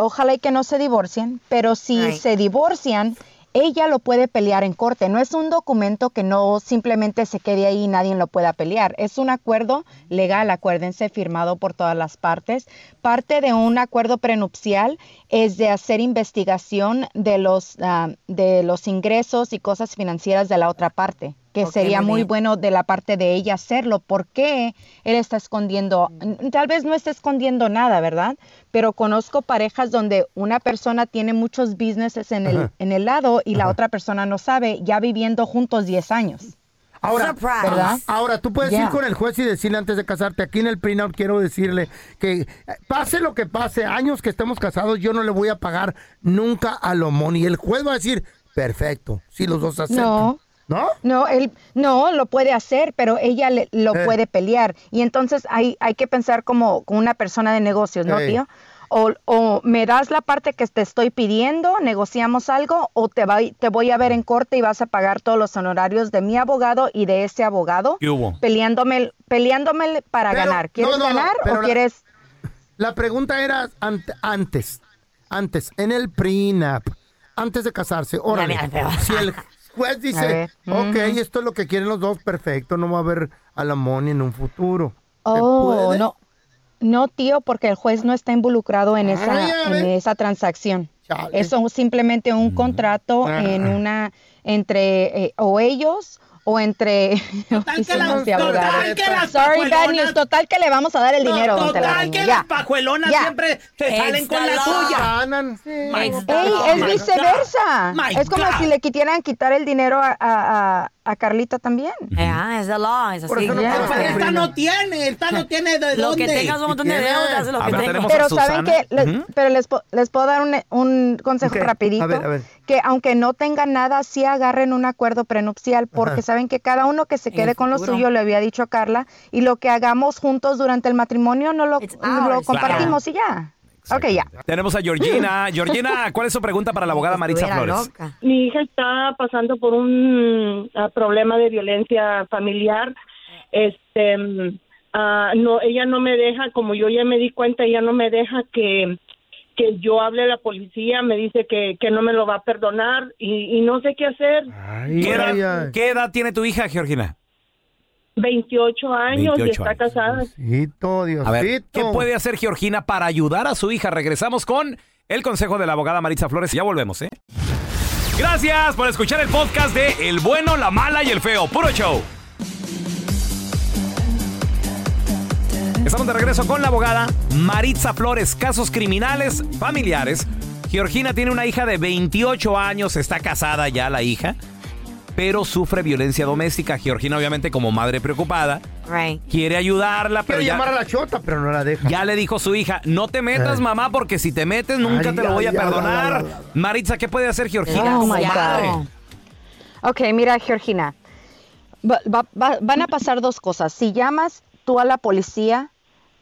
Speaker 12: ojalá y que no se divorcien, pero si
Speaker 13: Right.
Speaker 12: se divorcian, ella lo puede pelear en corte. No es un documento que no simplemente se quede ahí y nadie lo pueda pelear. Es un acuerdo legal, acuérdense, firmado por todas las partes. Parte de un acuerdo prenupcial es de hacer investigación de los, ah, de los ingresos y cosas financieras de la otra parte que
Speaker 13: Ok,
Speaker 12: sería
Speaker 13: muy
Speaker 12: muy
Speaker 13: bien.
Speaker 12: bueno de la parte de ella hacerlo. porque él está escondiendo?
Speaker 3: Mm.
Speaker 12: N- Tal vez no está escondiendo nada, ¿verdad? Pero conozco parejas donde una persona tiene muchos businesses en el,
Speaker 3: Ajá.
Speaker 12: en el lado y la otra persona no sabe, ya viviendo juntos 10 años.
Speaker 3: Ahora,
Speaker 12: ¿verdad?
Speaker 3: ahora tú puedes ir
Speaker 12: Yeah.
Speaker 3: con el juez y decirle antes de casarte, aquí en el prenup quiero decirle que eh, pase lo que pase, años que estemos casados, yo no le voy a pagar nunca a Lomón. Y el juez va a decir, perfecto, si los dos aceptan.
Speaker 12: No.
Speaker 3: ¿No?
Speaker 12: No, él no lo puede hacer, pero ella le- lo
Speaker 3: Eh.
Speaker 12: puede pelear. Y entonces hay, hay que pensar como, como una persona de negocios, ¿no,
Speaker 13: Ey.
Speaker 12: tío? O, o me das la parte que te estoy pidiendo, negociamos algo, o te, voy- te voy a ver en corte y vas a pagar todos los honorarios de mi abogado y de ese abogado,
Speaker 3: ¿Qué hubo?
Speaker 12: peleándome, peleándome para
Speaker 3: Pero-
Speaker 12: ganar. ¿Quieres
Speaker 3: no, no, no,
Speaker 12: ganar
Speaker 3: pero
Speaker 12: o
Speaker 3: la-
Speaker 12: quieres...?
Speaker 3: La pregunta era ant- antes, antes, en el prenup, antes de casarse. Pues Órale.
Speaker 2: Ya, ya, ya.
Speaker 3: Si el juez
Speaker 2: A
Speaker 3: dice,
Speaker 2: ver.
Speaker 3: ok,
Speaker 2: Ujú.
Speaker 3: esto es lo que quieren los dos, perfecto, no va a haber a Lomón en un futuro. ¿Se
Speaker 12: Oh,
Speaker 3: puede?
Speaker 12: no, no, tío, porque el juez no está involucrado
Speaker 1: Ah,
Speaker 12: en
Speaker 3: Ay, a
Speaker 12: esa, en
Speaker 3: ver.
Speaker 12: esa transacción. Eso es simplemente un contrato
Speaker 3: Ah.
Speaker 12: en una entre eh, o ellos o entre oficinas
Speaker 1: las-
Speaker 12: de
Speaker 1: total
Speaker 12: abogados.
Speaker 1: que las
Speaker 12: Sorry, bad
Speaker 1: pajuelonas-
Speaker 12: news. Total que le vamos a dar el dinero. don
Speaker 1: Total,
Speaker 12: Telaraño,
Speaker 1: que
Speaker 12: ya.
Speaker 1: las pajuelonas
Speaker 12: Ya.
Speaker 1: siempre se salen con la suya. My God.
Speaker 12: Ey,
Speaker 5: Oh
Speaker 12: es
Speaker 1: My
Speaker 12: viceversa.
Speaker 1: God. My
Speaker 12: Es como
Speaker 1: God.
Speaker 12: si le quisieran quitar el dinero a, a- a- a Carlita también.
Speaker 2: Ah, es la law, es
Speaker 12: Por
Speaker 2: así.
Speaker 12: eso no quiero ser
Speaker 5: Esta no tiene, esta no tiene de
Speaker 2: Lo
Speaker 5: dónde.
Speaker 2: que tengas un montón de deudas, es lo que tengo.
Speaker 12: Pero saben que, pero les, po- les puedo dar un, un consejo
Speaker 2: Ok, a
Speaker 12: rapidito,
Speaker 2: ver, a ver.
Speaker 12: que aunque no tengan nada, sí agarren un acuerdo prenupcial, porque
Speaker 2: Ajá.
Speaker 12: saben que cada uno que se
Speaker 2: En
Speaker 12: quede
Speaker 2: el
Speaker 12: con lo
Speaker 2: futuro.
Speaker 12: suyo, le había dicho Carla, y lo que hagamos juntos durante el matrimonio no lo, no lo
Speaker 1: ours.
Speaker 12: compartimos y ya. Ok, ya.
Speaker 1: Tenemos a Georgina. Georgina, ¿cuál es su pregunta para la abogada Maritza
Speaker 10: Estuviera
Speaker 1: Flores?
Speaker 10: Mi hija está pasando por un ah, problema de violencia familiar. Este, mm, ah, no, ella no me deja, como yo ya me di cuenta, ella no me deja que que yo hable a la policía. Me dice que que no me lo va a perdonar y, y no sé qué hacer.
Speaker 1: ¿Qué edad, qué edad tiene tu hija, Georgina?
Speaker 10: 28 años
Speaker 1: 28
Speaker 10: y está
Speaker 1: años.
Speaker 10: casada.
Speaker 1: A ver, ¿qué puede hacer Georgina para ayudar a su hija? Regresamos con el consejo de la abogada Maritza Flores. Ya volvemos, ¿eh? Gracias por escuchar el podcast de El bueno, la mala y el feo. Puro show. Estamos de regreso con la abogada Maritza Flores, casos criminales familiares. Georgina tiene una hija de 28 años, está casada ya la hija, pero sufre violencia doméstica. Georgina obviamente como madre preocupada quiere ayudarla, pero
Speaker 3: Quiero
Speaker 1: ya
Speaker 3: llamar a la chota, pero no la deja.
Speaker 1: ya le dijo su hija, no te metas,
Speaker 3: Eh.
Speaker 1: mamá, porque si te metes nunca
Speaker 3: Ay,
Speaker 1: te lo
Speaker 3: ay,
Speaker 1: voy a
Speaker 3: ay,
Speaker 1: perdonar.
Speaker 3: ay, ay,
Speaker 1: Maritza, ¿qué puede hacer Georgina?
Speaker 12: Oh,
Speaker 1: como
Speaker 12: my
Speaker 1: madre?
Speaker 12: God. Ok, mira, Georgina, va- va- va- van a pasar dos cosas. Si llamas tú a la policía,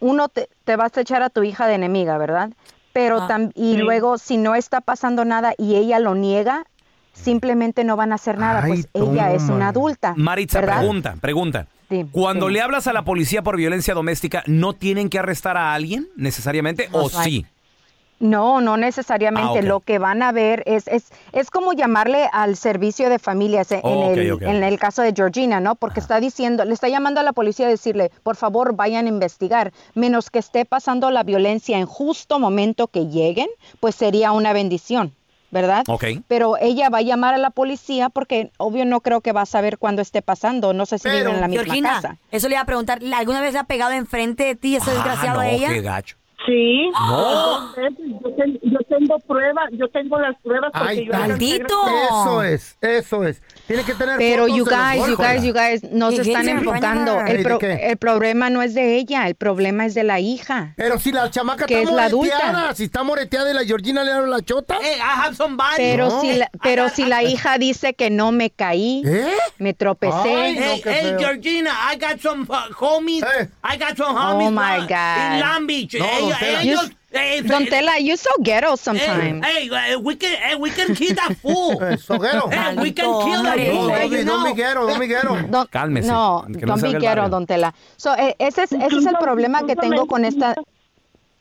Speaker 12: uno te, te vas a echar a tu hija de enemiga, ¿verdad? Pero
Speaker 13: Ah,
Speaker 12: tam- y
Speaker 13: sí.
Speaker 12: luego si no está pasando nada y ella lo niega, simplemente no van a hacer nada,
Speaker 1: Ay,
Speaker 12: pues ella es
Speaker 1: toma.
Speaker 12: una adulta.
Speaker 1: Maritza,
Speaker 12: ¿verdad?
Speaker 1: pregunta, pregunta.
Speaker 12: Sí,
Speaker 1: Cuando
Speaker 12: sí.
Speaker 1: le hablas a la policía por violencia doméstica, ¿no tienen que arrestar a alguien necesariamente? ¿O
Speaker 12: Most
Speaker 1: sí?
Speaker 12: No, no necesariamente.
Speaker 1: Ah, ok.
Speaker 12: Lo que van a ver es, es, es como llamarle al servicio de familias eh, en,
Speaker 13: Oh, ok,
Speaker 12: el,
Speaker 13: ok.
Speaker 12: en el caso de Georgina, ¿no? Porque está diciendo, le está llamando a la policía a decirle, por favor, vayan a investigar. Menos que esté pasando la violencia en justo momento que lleguen, pues sería una bendición, ¿verdad?
Speaker 13: Ok.
Speaker 12: Pero ella va a llamar a la policía porque, obvio, no creo que va a saber cuándo esté pasando. No sé si viven en la misma
Speaker 2: Georgina,
Speaker 12: casa.
Speaker 2: eso le iba a preguntar. ¿la- ¿Alguna vez la ha pegado enfrente de ti ese desgraciado
Speaker 1: Ah, no,
Speaker 2: a ella?
Speaker 1: qué gacho.
Speaker 10: Sí.
Speaker 1: No.
Speaker 10: Yo, ten- yo tengo pruebas, yo tengo las pruebas porque
Speaker 3: Ay,
Speaker 10: yo
Speaker 3: ay, Eso es, eso es. Tiene que tener
Speaker 12: Pero
Speaker 3: fotos
Speaker 12: you
Speaker 3: de los
Speaker 12: guys, you
Speaker 3: golpes.
Speaker 12: guys, you guys, no
Speaker 3: Hey,
Speaker 12: se están
Speaker 3: Jensen,
Speaker 12: enfocando.
Speaker 3: Jennifer.
Speaker 12: El, pro-
Speaker 3: ¿De qué?
Speaker 12: el problema no es de ella, el problema es de la hija.
Speaker 3: Pero si la chamaca
Speaker 12: que
Speaker 3: está
Speaker 12: es la
Speaker 3: moreteada,
Speaker 12: adulta.
Speaker 3: si está moreteada y la Georgina le habla a la chota.
Speaker 12: Pero
Speaker 3: Ah, No. ah,
Speaker 12: si la, pero si la hija dice que no me caí, me tropecé.
Speaker 5: hey, hey, Georgina, I got some uh, homies. I got some
Speaker 12: Oh
Speaker 5: homies.
Speaker 12: my
Speaker 5: uh,
Speaker 12: God.
Speaker 5: In Long Beach.
Speaker 12: No,
Speaker 5: ellos,
Speaker 12: don Tela.
Speaker 5: ellos,
Speaker 12: Don Tela, you so ghetto sometimes.
Speaker 5: Hey, hey, eh, we can, hey, we can kill that
Speaker 3: *laughs*
Speaker 5: fool.
Speaker 3: Soguero.
Speaker 5: Hey, we can kill that
Speaker 3: Maldito
Speaker 5: fool.
Speaker 3: hombre.
Speaker 5: you
Speaker 3: No,
Speaker 5: know.
Speaker 3: no, Miguero, no, Miguero.
Speaker 12: No,
Speaker 1: Cálmese,
Speaker 12: No,
Speaker 1: que no
Speaker 12: don
Speaker 1: salga el
Speaker 12: Viguero,
Speaker 1: barrio.
Speaker 12: don Tela. So, eh, ese, es, ese es el problema que tengo con, esta,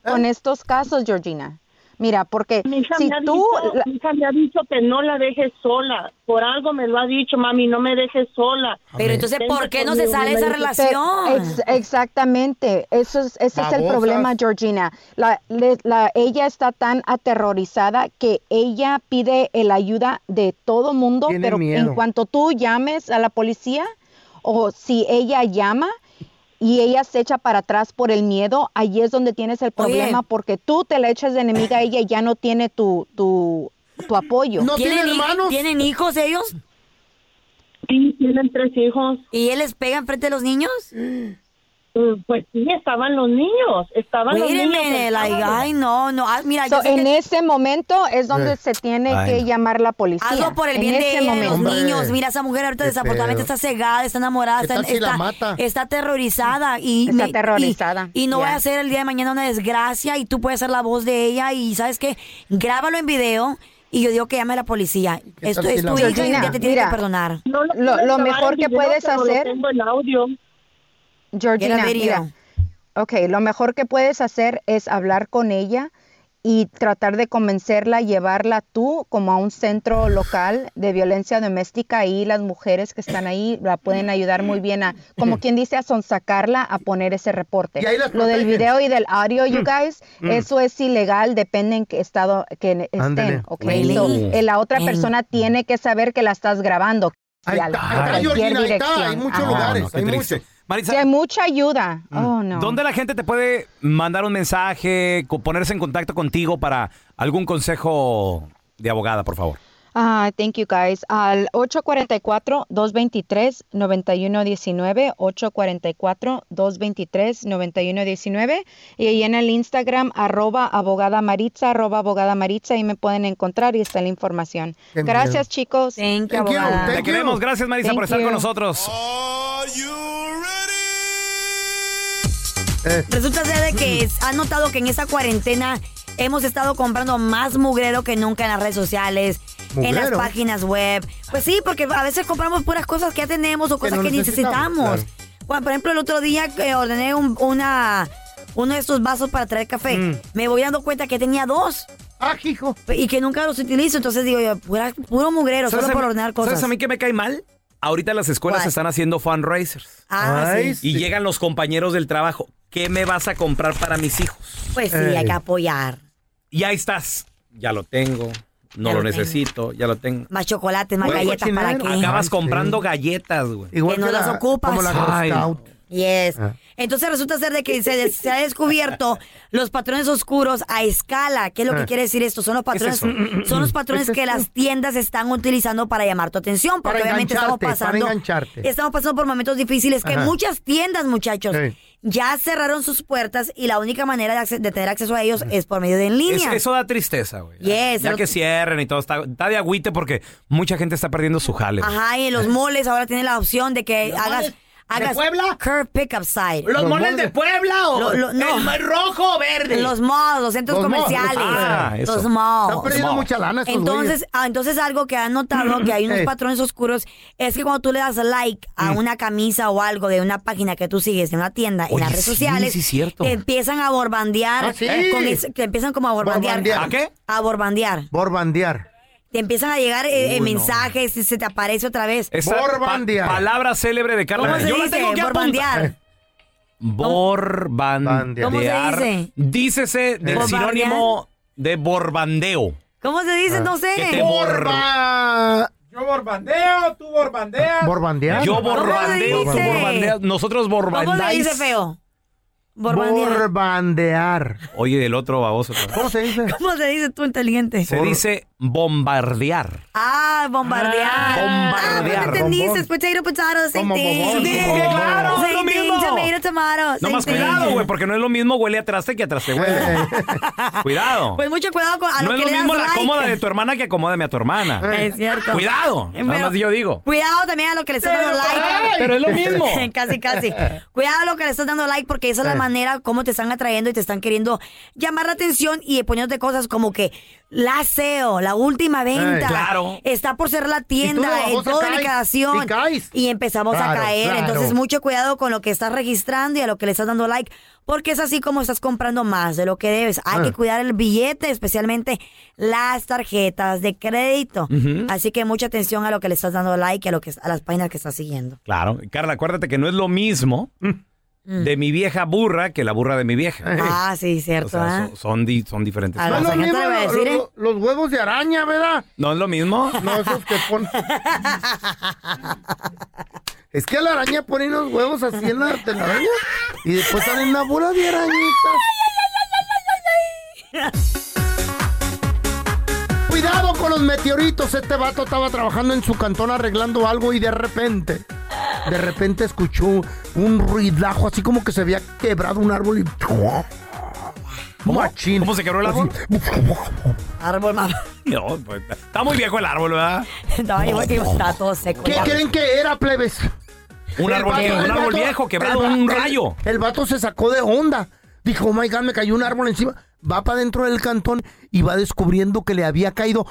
Speaker 12: con estos casos, Georgina. Mira, porque
Speaker 10: Mi hija,
Speaker 12: si
Speaker 10: me ha
Speaker 12: tú...
Speaker 10: dicho, mi hija me ha dicho que no la dejes sola. Por algo me lo ha dicho, mami, no me dejes sola.
Speaker 2: Pero entonces, ¿por qué no se sale esa
Speaker 12: Pero,
Speaker 2: relación?
Speaker 12: ex- exactamente, eso es, ese es el
Speaker 2: Babosas.
Speaker 12: problema, Georgina. La, le- la- ella está tan aterrorizada que ella pide la ayuda de todo mundo,
Speaker 3: Tiene
Speaker 12: pero en
Speaker 3: miedo.
Speaker 12: cuanto tú llames a la policía o si ella llama y ella se echa para atrás por el miedo, ahí es donde tienes el problema porque tú te la echas de enemiga, ella ya no tiene tu, tu, tu apoyo.
Speaker 2: hij- ¿Tienen hijos ellos? Sí, tienen tres hijos. ¿Y él les pega enfrente de los niños?
Speaker 10: Mm. Pues sí, estaban los niños. Estaban los
Speaker 2: Wait a
Speaker 10: niños.
Speaker 2: minute,
Speaker 10: estaban
Speaker 2: like,
Speaker 10: los-
Speaker 2: ay, no, no. ah, mira,
Speaker 12: So,
Speaker 2: yo sé
Speaker 12: en
Speaker 2: que-
Speaker 12: ese momento es donde
Speaker 2: Eh.
Speaker 12: se tiene
Speaker 2: Ay,
Speaker 12: que
Speaker 2: no.
Speaker 12: llamar la policía.
Speaker 2: Hazlo por el bien
Speaker 12: en
Speaker 2: de
Speaker 12: ese
Speaker 2: ella, de los
Speaker 12: momento.
Speaker 2: niños. Mira, esa mujer ahorita
Speaker 12: Qué
Speaker 2: desafortunadamente
Speaker 12: feo.
Speaker 2: está cegada, está enamorada,
Speaker 12: ¿Qué
Speaker 2: está,
Speaker 12: tal si la
Speaker 2: está-
Speaker 12: mata?
Speaker 2: está aterrorizada. Y
Speaker 12: Está aterrorizada,
Speaker 2: Y, y no
Speaker 12: ya.
Speaker 2: vaya a ser el día de mañana una desgracia y tú puedes ser la voz de ella y ¿sabes qué? Grábalo en video y yo digo que llame a la policía.
Speaker 12: qué
Speaker 2: Esto
Speaker 12: tal si
Speaker 2: es
Speaker 12: la
Speaker 2: tu
Speaker 12: mata?
Speaker 2: hija y un día te tiene que
Speaker 12: Mira,
Speaker 2: perdonar.
Speaker 12: lo- lo
Speaker 2: quiero grabar
Speaker 12: mejor
Speaker 2: en
Speaker 12: que
Speaker 2: video,
Speaker 12: puedes
Speaker 2: pero lo
Speaker 12: hacer-
Speaker 2: tengo en audio.
Speaker 12: Georgina,
Speaker 2: Era video.
Speaker 12: mira, ok, lo mejor que puedes hacer es hablar con ella y tratar de convencerla, llevarla tú como a un centro local de violencia doméstica. Ahí las mujeres que están ahí la pueden ayudar muy bien a, como quien dice, a sonsacarla a poner ese reporte.
Speaker 13: Y ahí las
Speaker 12: Lo del
Speaker 13: protegen.
Speaker 12: video y del audio, you
Speaker 13: Mm,
Speaker 12: guys,
Speaker 13: mm.
Speaker 12: eso es ilegal, depende en qué estado que
Speaker 13: Ándale.
Speaker 12: estén, ok.
Speaker 13: Really?
Speaker 12: So, eh, la otra
Speaker 13: Mm.
Speaker 12: persona tiene que saber que la estás grabando.
Speaker 3: Ahí
Speaker 12: a- a
Speaker 3: está, ahí está,
Speaker 12: cualquier
Speaker 3: Georgina, ahí está,
Speaker 12: dirección.
Speaker 3: hay muchos
Speaker 12: Ajá.
Speaker 3: lugares,
Speaker 1: Ah, no, qué
Speaker 3: hay
Speaker 1: triste.
Speaker 3: muchos.
Speaker 1: Maritza,
Speaker 12: Sí, hay mucha ayuda.
Speaker 13: Mm.
Speaker 12: Oh, no.
Speaker 1: ¿Dónde la gente te puede mandar un mensaje, co- ponerse en contacto contigo para algún consejo de abogada, por favor?
Speaker 12: Ah, thank you guys. Al 844-223-9119, 844-223-9119 y ahí en el Instagram arroba abogada Maritza, arroba abogada Maritza, ahí me pueden encontrar y está la información.
Speaker 1: Qué miedo.
Speaker 12: Gracias chicos.
Speaker 1: Thank you, Te queremos. Gracias, Marisa,
Speaker 12: Thank
Speaker 1: por estar
Speaker 12: you.
Speaker 1: con nosotros.
Speaker 3: eh,
Speaker 2: Resulta ser de que es- han notado que en esta cuarentena hemos estado comprando más mugrero que nunca en las redes sociales, en las
Speaker 13: ¿Mugrero?
Speaker 2: páginas web. Pues sí, porque a veces compramos puras cosas que ya tenemos o cosas
Speaker 13: no
Speaker 2: que necesitamos.
Speaker 13: necesitamos,
Speaker 2: Bueno, por ejemplo, el otro día que ordené un- una, uno de estos vasos para traer café.
Speaker 13: Mm.
Speaker 2: Me voy dando cuenta que tenía dos.
Speaker 3: ¡Ah, hijo!
Speaker 2: Y que nunca los utilizo. Entonces digo yo, pura- puro mugrero,
Speaker 1: ¿Sabes
Speaker 2: solo
Speaker 1: a
Speaker 2: por
Speaker 1: mí-
Speaker 2: ordenar cosas.
Speaker 1: ¿Sabes a mí que me cae mal? Ahorita las escuelas
Speaker 2: ¿Cuál?
Speaker 1: están haciendo fundraisers.
Speaker 2: Ah, Ay,
Speaker 1: Y llegan los compañeros del trabajo. ¿Qué me vas a comprar para mis hijos?
Speaker 2: Pues sí,
Speaker 1: Ey.
Speaker 2: hay que apoyar.
Speaker 1: Y ahí estás. Ya lo tengo. No
Speaker 2: Ya
Speaker 1: lo,
Speaker 2: lo tengo.
Speaker 1: necesito. Ya lo tengo.
Speaker 2: Más chocolates, más
Speaker 1: Güey,
Speaker 2: galletas, ¿para qué?
Speaker 1: Acabas comprando galletas, güey.
Speaker 2: Igual Que no que las la- ocupas. como la Girl
Speaker 1: Ay.
Speaker 2: Scout. Yes.
Speaker 1: Ah.
Speaker 2: Entonces resulta ser de que se, des- se ha
Speaker 13: *laughs*
Speaker 2: descubierto los patrones oscuros a escala. ¿Qué es lo que
Speaker 13: Ah.
Speaker 2: quiere decir esto? Son los
Speaker 13: ¿Qué es
Speaker 2: patrones,
Speaker 13: eso?
Speaker 2: son los patrones
Speaker 13: ¿Qué es
Speaker 2: que
Speaker 13: eso?
Speaker 2: las tiendas están utilizando para llamar tu atención, porque
Speaker 13: Para
Speaker 2: obviamente estamos
Speaker 13: engancharte, para
Speaker 2: pasando,
Speaker 13: engancharte.
Speaker 2: estamos pasando por momentos difíciles que
Speaker 13: Ajá.
Speaker 2: muchas tiendas, muchachos,
Speaker 13: Sí.
Speaker 2: ya cerraron sus puertas y la única manera de, acce- de tener acceso a ellos es por medio de en
Speaker 1: Es-
Speaker 2: línea.
Speaker 1: eso da tristeza, güey.
Speaker 2: Yes,
Speaker 1: ya
Speaker 2: lo-
Speaker 1: que cierren y todo. Está, está de agüite porque mucha gente está perdiendo su jale. güey.
Speaker 2: Ajá, y en los moles ahora tienen la opción de que hagas hagas curve pickup side.
Speaker 1: ¿Los Los moles moles de de-
Speaker 5: Puebla o
Speaker 2: no.
Speaker 5: el más rojo o verde?
Speaker 2: Los malls, los centros
Speaker 5: Los malls.
Speaker 2: comerciales.
Speaker 5: Ah, eso.
Speaker 2: los malls.
Speaker 5: Están perdiendo
Speaker 2: Los malls.
Speaker 5: mucha lana estos
Speaker 2: entonces,
Speaker 5: güeyes.
Speaker 2: ah, entonces algo que han notado que hay unos
Speaker 13: Ey.
Speaker 2: patrones oscuros es que cuando tú le das like a
Speaker 13: Mm.
Speaker 2: una camisa o algo de una página que tú sigues en una tienda en
Speaker 13: Oye,
Speaker 2: las redes
Speaker 13: sí,
Speaker 2: sociales,
Speaker 13: sí, cierto.
Speaker 2: te empiezan a borbandear.
Speaker 13: Ah, sí.
Speaker 2: con ese- te empiezan como a borbandear.
Speaker 3: Borbandear. ¿A qué?
Speaker 2: A borbandear.
Speaker 3: Borbandear.
Speaker 2: Te empiezan a llegar eh,
Speaker 3: Uy,
Speaker 2: eh,
Speaker 3: no.
Speaker 2: mensajes, y se te aparece otra vez.
Speaker 1: Esa pa- palabra célebre de Carla.
Speaker 2: ¿Cómo se
Speaker 1: Yo la
Speaker 2: dice?
Speaker 1: tengo que
Speaker 2: Borbandear.
Speaker 1: apuntar. Borbandear.
Speaker 2: ¿Cómo se dice?
Speaker 1: Dícese del
Speaker 2: Borbandear.
Speaker 1: sinónimo de borbandeo.
Speaker 2: ¿Cómo se dice? No sé.
Speaker 1: Ah, Que te bor-
Speaker 14: Yo borbandeo, tú borbandeas.
Speaker 3: ¿Borbandear?
Speaker 1: Yo
Speaker 3: ¿Cómo se
Speaker 1: borbandeo, tú
Speaker 3: dice?
Speaker 1: borbandeas, nosotros borbandáis.
Speaker 2: feo?
Speaker 3: Borbandear.
Speaker 1: Oye, el otro baboso. también.
Speaker 3: ¿Cómo se dice?
Speaker 2: ¿Cómo se dice tú, inteligente?
Speaker 1: Se dice bombardear.
Speaker 2: Ah, bombardear. Ah,
Speaker 1: bombardear.
Speaker 2: ¿me entendiste?
Speaker 1: Bombón.
Speaker 2: Potato, potato, same
Speaker 1: Como
Speaker 2: thing.
Speaker 1: bombón. Sí, claro,
Speaker 2: Same
Speaker 1: lo
Speaker 2: thing,
Speaker 1: mismo.
Speaker 2: tomato, Camaro.
Speaker 1: No más
Speaker 2: Same thing.
Speaker 1: cuidado, güey, porque no es lo mismo huele a traste que a traste, güey. *laughs* cuidado.
Speaker 2: Eh. Pues mucho cuidado con a
Speaker 1: No
Speaker 2: lo
Speaker 1: es
Speaker 2: que
Speaker 1: lo
Speaker 2: le das
Speaker 1: mismo la
Speaker 2: like. Eh.
Speaker 1: cómoda de tu hermana que acomódame a tu hermana.
Speaker 2: Es cierto. Eh,
Speaker 1: Cuidado. Nada
Speaker 2: Pero-
Speaker 1: más yo digo.
Speaker 2: Cuidado también a lo que le estás dando like.
Speaker 1: Pero es lo mismo.
Speaker 2: *laughs* casi, casi. Cuidado a lo que le estás dando like porque esa es la
Speaker 1: Eh.
Speaker 2: manera como te están atrayendo y te están queriendo llamar la atención y poniéndote cosas como que la SEO, la última venta.
Speaker 13: Eh, claro.
Speaker 2: Está por cerrar la
Speaker 13: Y tú
Speaker 2: tienda,
Speaker 13: la
Speaker 2: en
Speaker 13: cosa
Speaker 2: toda
Speaker 13: caes,
Speaker 2: liquidación.
Speaker 13: y
Speaker 2: Y empezamos a
Speaker 13: Claro,
Speaker 2: caer.
Speaker 13: claro.
Speaker 2: Entonces, mucho cuidado con lo que estás registrando y a lo que le estás dando like. Porque es así como estás comprando más de lo que debes. Hay
Speaker 13: Ah.
Speaker 2: que cuidar el billete, especialmente las tarjetas de crédito.
Speaker 1: Ujú.
Speaker 2: Así que mucha atención a lo que le estás dando like, y a, lo que, a las páginas que estás siguiendo. *laughs*
Speaker 1: Claro. Mm. Carla, acuérdate que no es lo mismo
Speaker 2: Mm.
Speaker 1: de mi vieja burra que la burra de mi vieja.
Speaker 2: Ah, sí, cierto.
Speaker 1: O sea,
Speaker 2: ¿ah?
Speaker 1: son, son di- son diferentes.
Speaker 2: A los
Speaker 1: cosas.
Speaker 2: agentes le voy a
Speaker 3: lo-
Speaker 2: decir, ¿eh?
Speaker 3: lo- Los huevos de araña, ¿verdad?
Speaker 1: ¿No es lo mismo?
Speaker 3: No, esos que
Speaker 2: *laughs*
Speaker 3: ponen. es que la araña pone unos huevos así en la telaraña y después salen una bola de
Speaker 2: *laughs*
Speaker 3: arañitas. Cuidado con los meteoritos. Este vato estaba trabajando en su cantón arreglando algo y de repente, de repente escuchó un ruidajo así como que se había quebrado un árbol y. Machín.
Speaker 1: ¿Cómo se quebró el
Speaker 2: *laughs*
Speaker 1: árbol?
Speaker 2: Árbol, mamá.
Speaker 1: No, pues, está muy viejo el árbol, ¿verdad?
Speaker 2: No, igual que está todo seco.
Speaker 3: ¿Qué creen que era, plebes?
Speaker 1: Un
Speaker 3: El
Speaker 1: árbol
Speaker 3: vato-
Speaker 1: viejo, un
Speaker 3: el
Speaker 1: árbol
Speaker 3: vato-
Speaker 1: viejo, quebrado,
Speaker 3: el va-
Speaker 1: un
Speaker 3: el-
Speaker 1: rayo.
Speaker 3: El, vato se sacó de onda. Dijo, oh my God, me cayó un árbol encima. Va para dentro del cantón y va descubriendo que le había caído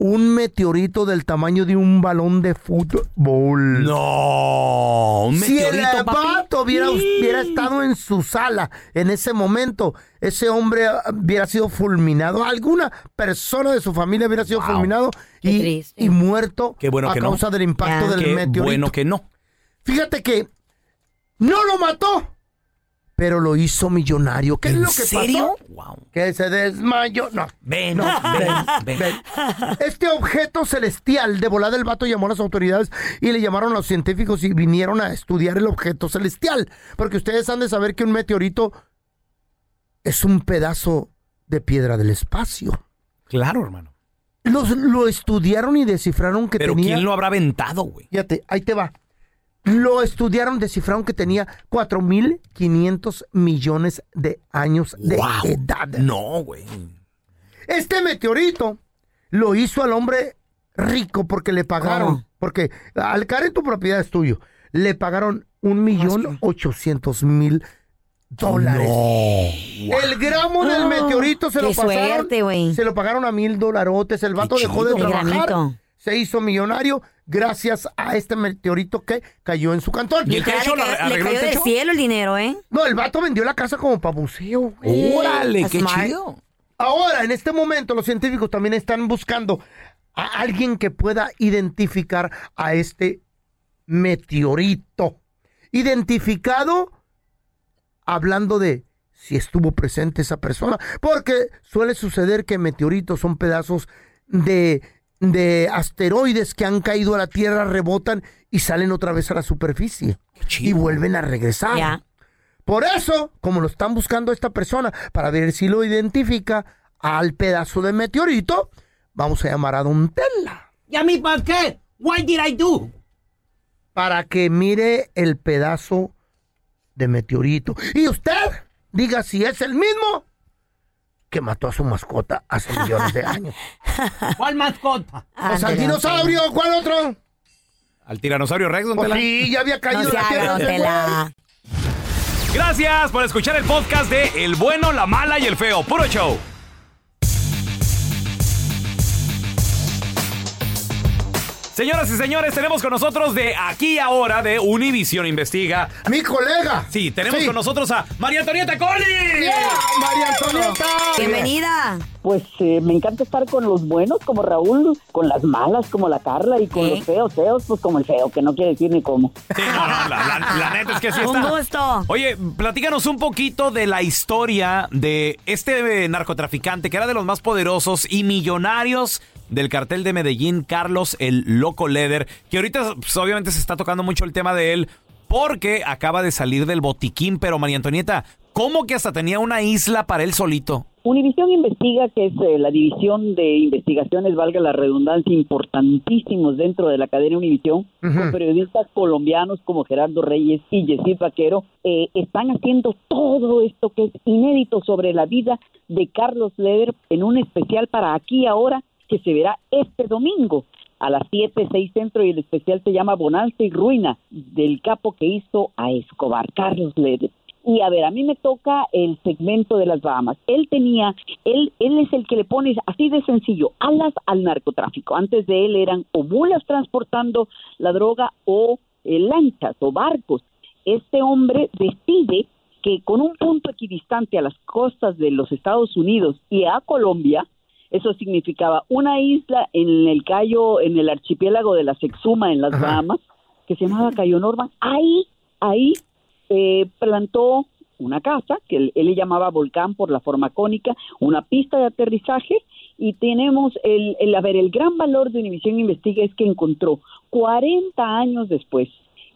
Speaker 3: un meteorito del tamaño de un balón de fútbol.
Speaker 1: No, un
Speaker 3: Si
Speaker 1: meteorito,
Speaker 3: el
Speaker 1: papi.
Speaker 3: vato hubiera,
Speaker 1: Sí.
Speaker 3: hubiera estado en su sala en ese momento, ese hombre ah, hubiera sido fulminado. Alguna persona de su familia hubiera sido fulminado y, y muerto
Speaker 1: Qué bueno
Speaker 3: a
Speaker 1: que no.
Speaker 3: causa del impacto del
Speaker 1: Qué
Speaker 3: meteorito.
Speaker 1: bueno que no.
Speaker 3: Fíjate que no lo mató, pero lo hizo millonario. ¿Qué es
Speaker 1: ¿En
Speaker 3: lo que
Speaker 1: serio?
Speaker 3: pasó? Que se desmayó. No.
Speaker 1: Ven,
Speaker 3: no,
Speaker 1: ven,
Speaker 3: ven, Este objeto celestial de volada del vato llamó a las autoridades y le llamaron a los científicos y vinieron a estudiar el objeto celestial. Porque ustedes han de saber que un meteorito es un pedazo de piedra del espacio.
Speaker 1: Claro, hermano.
Speaker 3: Los, lo estudiaron y descifraron que
Speaker 1: Pero
Speaker 3: tenía.
Speaker 1: ¿quién lo habrá aventado, güey?
Speaker 3: Fíjate, ahí te va. Lo estudiaron, descifraron que tenía 4.500 millones de años de edad.
Speaker 1: No, güey.
Speaker 3: Este meteorito lo hizo al hombre rico porque le pagaron. Porque al caer en tu propiedad es tuyo. Le pagaron un millón ochocientos mil dólares. El gramo
Speaker 12: Oh,
Speaker 3: del
Speaker 2: Ah,
Speaker 3: meteorito se lo
Speaker 2: qué
Speaker 3: pasaron.
Speaker 2: suerte, güey.
Speaker 3: se lo pagaron a mil dolarotes. El vato dejó de
Speaker 2: chido. El
Speaker 3: trabajar.
Speaker 2: granito.
Speaker 3: Se hizo millonario gracias a este meteorito que cayó en su cantón.
Speaker 2: Le ca- le ca- le cayó del cielo el dinero, ¿eh?
Speaker 3: No, el vato vendió la casa como para buceo. güey.
Speaker 1: Órale, qué
Speaker 3: Smart.
Speaker 1: chido.
Speaker 3: Ahora, en este momento, los científicos también están buscando a alguien que pueda identificar a este meteorito. Identificado hablando de si estuvo presente esa persona, porque suele suceder que meteoritos son pedazos de, de asteroides que han caído a la Tierra, rebotan y salen otra vez a la superficie y vuelven a regresar. Por eso, como lo están buscando a esta persona para ver si lo identifica al pedazo de meteorito, vamos a llamar a Don Tela
Speaker 5: ¿Y a mí para qué? What did I do?
Speaker 3: para que mire el pedazo de meteorito. Y usted diga si es el mismo que mató a su mascota hace millones de años.
Speaker 5: ¿Cuál
Speaker 3: *laughs*
Speaker 5: mascota?
Speaker 3: Pues al dinosaurio, ¿cuál otro?
Speaker 1: Al tiranosaurio Rex, don
Speaker 3: *laughs* Pues
Speaker 1: Tela.
Speaker 3: sí, ya había caído la tierra. ese güey.
Speaker 1: Gracias por escuchar el podcast de El Bueno, la Mala y el Feo. Puro show. Señoras y señores, tenemos con nosotros de aquí y ahora de Univision Investiga.
Speaker 3: ¡Mi colega!
Speaker 1: Sí, tenemos
Speaker 3: Sí.
Speaker 1: con nosotros a María Antonieta Corley.
Speaker 3: María Antonieta.
Speaker 2: Bienvenida.
Speaker 15: Pues eh, me encanta estar con los buenos como Raúl, con las malas como la Carla y con los feos, feos, pues como el feo, que no quiere decir ni cómo.
Speaker 1: No, la, la- la neta es que sí
Speaker 2: Un
Speaker 1: está.
Speaker 2: gusto.
Speaker 1: Oye, platícanos un poquito de la historia de este eh, narcotraficante que era de los más poderosos y millonarios del cartel de Medellín, Carlos el Loco Leder, que ahorita pues, obviamente se está tocando mucho el tema de él porque acaba de salir del botiquín, pero María Antonieta, ¿cómo que hasta tenía una isla para él solito?
Speaker 15: Univisión Investiga, que es eh, la división de investigaciones, valga la redundancia, importantísimos dentro de la cadena Univisión, con periodistas colombianos como Gerardo Reyes y Yesid Vaquero, eh, están haciendo todo esto que es inédito sobre la vida de Carlos Leder en un especial para aquí y ahora que se verá este domingo a las 7, 6 centro y el especial se llama Bonanza y Ruina del capo que hizo a Escobar, Carlos Leder. Y a ver, a mí me toca el segmento de las Bahamas. Él tenía, él, él es el que le pone así de sencillo, alas al narcotráfico. Antes de él eran o bulas transportando la droga o eh, lanchas o barcos. Este hombre decide que con un punto equidistante a las costas de los Estados Unidos y a Colombia, eso significaba una isla en el Cayo, en el archipiélago de la Sexuma, en las Bahamas, que se llamaba Cayo Norman. Ahí, ahí eh, plantó una casa que él, él le llamaba volcán por la forma cónica, una pista de aterrizaje y tenemos el, el a ver, el gran valor de Univisión Investiga es que encontró 40 años después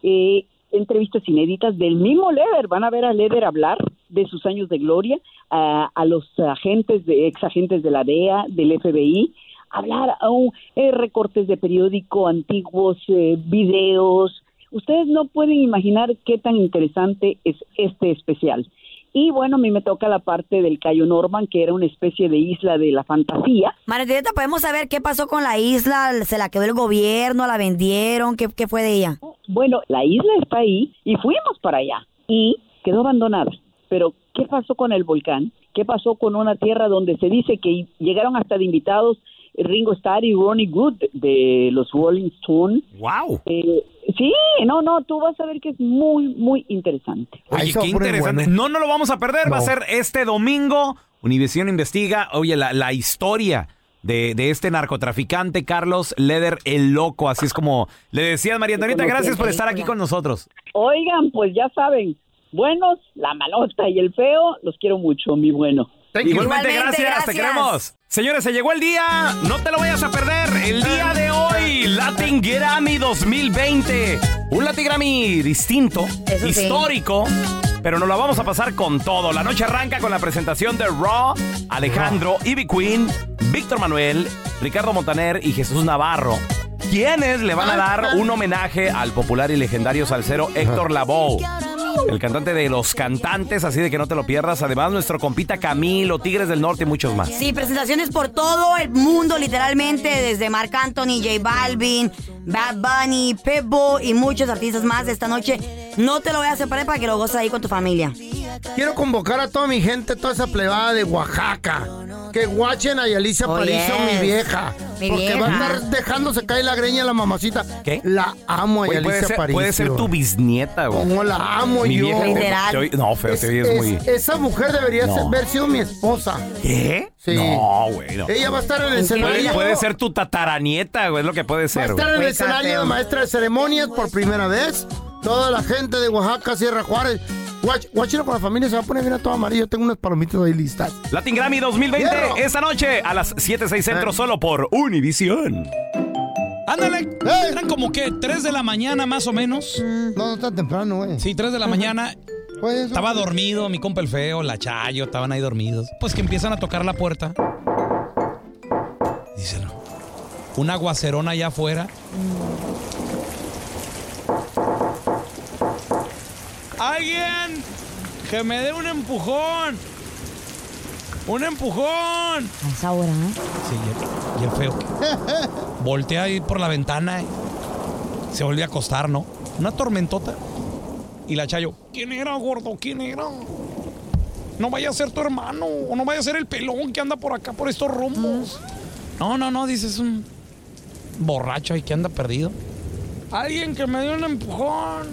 Speaker 15: eh, entrevistas inéditas del mismo Leder. Van a ver a Leder hablar de sus años de gloria, a, a los agentes, de, ex agentes de la DEA, del FBI, hablar a un- eh, recortes de periódico, antiguos eh, videos. Ustedes no pueden imaginar qué tan interesante es este especial. Y bueno, a mí me toca la parte del Cayo Norman, que era una especie de isla de la fantasía.
Speaker 2: María Antonieta, ¿podemos saber qué pasó con la isla? ¿Se la quedó el gobierno? ¿La vendieron? ¿Qué, qué fue de ella?
Speaker 15: Bueno, la isla está ahí y fuimos para allá y quedó abandonada. Pero, ¿qué pasó con el volcán? ¿Qué pasó con una tierra donde se dice que llegaron hasta de invitados Ringo Starr y Ronnie Good de los Rolling Stones? Eh,
Speaker 1: ¡Wow!
Speaker 15: sí, no, no, tú vas a ver que es muy, muy interesante.
Speaker 1: Oye, qué interesante. No, no lo vamos a perder. Va a ser este domingo. Univisión investiga. Oye, la, la historia de, de este narcotraficante, Carlos Leder el Loco. Así es como le decías, María Antonieta. Gracias por estar aquí con nosotros.
Speaker 15: Oigan, pues ya saben, buenos, la malota y el feo, los quiero mucho, mi bueno.
Speaker 1: Igualmente, gracias, Te queremos. Señores, se llegó el día. No te lo vayas a perder. El día de hoy, Latin Grammy 2020. Un Latin Grammy distinto,
Speaker 2: Eso sí.
Speaker 1: histórico. Pero nos la vamos a pasar con todo. La noche arranca con la presentación de Raw, Alejandro, Ivy Queen, Víctor Manuel, Ricardo Montaner y Jesús Navarro. ¿Quiénes le van a dar un homenaje al popular y legendario salsero Héctor Lavoe? El cantante de los cantantes, así de que no te lo pierdas. Además, nuestro compita Camilo, Tigres del Norte y muchos más.
Speaker 2: Sí, presentaciones por todo el mundo, literalmente, desde Marc Anthony, J Balvin, Bad Bunny, Pebo y muchos artistas más esta noche. No te lo voy a separar para que lo goces ahí con tu familia.
Speaker 3: Quiero convocar a toda mi gente, toda esa plebada de Oaxaca. Que guachen a Yalicia
Speaker 2: Oh,
Speaker 3: Aparicio,
Speaker 2: yes.
Speaker 3: mi vieja.
Speaker 2: Mi
Speaker 3: porque va a
Speaker 2: vieja.
Speaker 3: estar dejándose caer la greña a la mamacita.
Speaker 1: ¿Qué?
Speaker 3: La amo a
Speaker 1: Oye,
Speaker 3: Yalicia
Speaker 1: puede, ser,
Speaker 3: Aparicio.
Speaker 1: puede ser tu bisnieta, güey.
Speaker 3: Como la amo
Speaker 1: Mi
Speaker 3: yo.
Speaker 1: vieja, te- te oí- no, feo, te oyes
Speaker 3: Es-
Speaker 1: muy.
Speaker 3: es- Esa mujer debería
Speaker 1: No.
Speaker 3: ser- haber sido mi esposa.
Speaker 1: ¿Qué?
Speaker 3: Sí.
Speaker 1: No, güey. no.
Speaker 3: Ella va a estar en
Speaker 1: Puede,
Speaker 3: el escenario.
Speaker 1: puede ser tu tataranieta, güey, es lo que puede ser.
Speaker 3: Estar en el
Speaker 1: güey.
Speaker 3: escenario de maestra de ceremonias por primera vez. Toda la gente de Oaxaca, Sierra Juárez. Guach- Guáchelo con la familia, se va a poner bien a todo amarillo. Tengo unas palomitas ahí listas.
Speaker 1: Latin Grammy 2020, esta noche a las 7, 6
Speaker 3: Ah.
Speaker 1: centros, solo por Univisión. Ándale, eran como que 3 de la mañana más o menos.
Speaker 3: No, no tan temprano, güey.
Speaker 1: Sí, 3 de la mañana.
Speaker 3: Pues eso.
Speaker 1: Estaba dormido, mi compa el feo, la chayo, estaban ahí dormidos. Pues que empiezan a tocar la puerta. Díselo. Una aguacerona allá afuera. ¡Alguien! ¡Que me dé un empujón! ¡Un empujón!
Speaker 2: A esa hora, ¿eh?
Speaker 1: Sí, y el, y el feo. Voltea ahí por la ventana. eh. Se volvió a acostar, ¿no? Una tormentota. Y la chayo. ¿Quién era, gordo? ¿Quién era? No vaya a ser tu hermano. O no vaya a ser el pelón que anda por acá, por estos rumbos. No, no, no. Dices un borracho ahí que anda perdido. Alguien que me dé un empujón.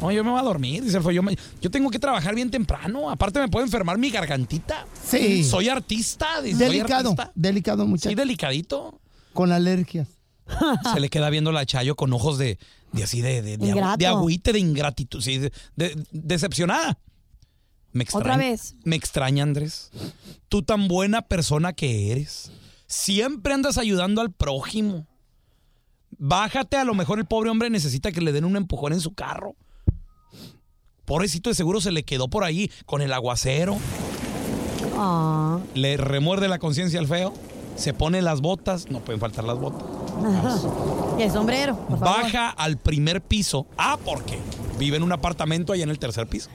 Speaker 1: No, yo me voy a dormir, dice el feo. Yo, me- yo tengo que trabajar bien temprano. Aparte, me puede enfermar mi gargantita.
Speaker 14: Sí.
Speaker 1: Soy artista. dice, soy
Speaker 14: Delicado,
Speaker 1: artista.
Speaker 14: delicado muchacho.
Speaker 1: Sí, delicadito.
Speaker 14: Con
Speaker 1: *laughs*
Speaker 14: alergias.
Speaker 1: Se le queda viendo la Chayo con ojos de, de así, de, de, de agü-
Speaker 14: Ingrato.
Speaker 1: de agüite, de ingratitud, sí, de, de- decepcionada. Me extraña,
Speaker 13: ¿Otra vez?
Speaker 1: Me extraña, Andrés. Tú tan buena persona que eres. Siempre andas ayudando al prójimo. Bájate, a lo mejor el pobre hombre necesita que le den un empujón en su carro. Pobrecito de seguro se le quedó por ahí con el aguacero. le remuerde la conciencia al feo, se pone las botas, no pueden faltar las botas.
Speaker 2: *laughs*
Speaker 13: Y el sombrero, por favor.
Speaker 1: Baja al primer piso. Ah, porque vive en un apartamento allá en el tercer piso.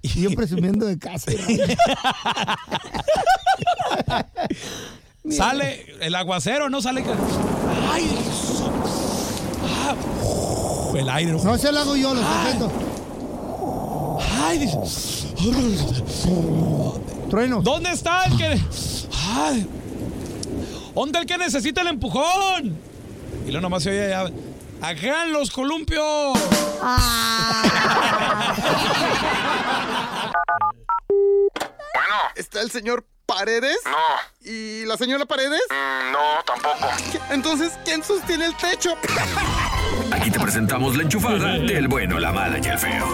Speaker 3: Y yo presumiendo de casa.
Speaker 1: *laughs* sale el aguacero, no sale. ¡Ay! su- ah, uf, el aire.
Speaker 3: No se lo hago yo, lo
Speaker 1: Ay.
Speaker 3: sujeto.
Speaker 1: Ay, dice. Trueno. ¿Dónde está el que.? Ay. ¿Dónde el que necesita el empujón? Y luego nomás se oye allá. Acá en los columpios.
Speaker 13: Ah.
Speaker 16: Bueno. ¿Está el señor Paredes? No. ¿Y la señora Paredes? no, tampoco. Entonces, ¿quién sostiene el techo?
Speaker 6: Aquí te presentamos la enchufada del bueno, la mala y el feo.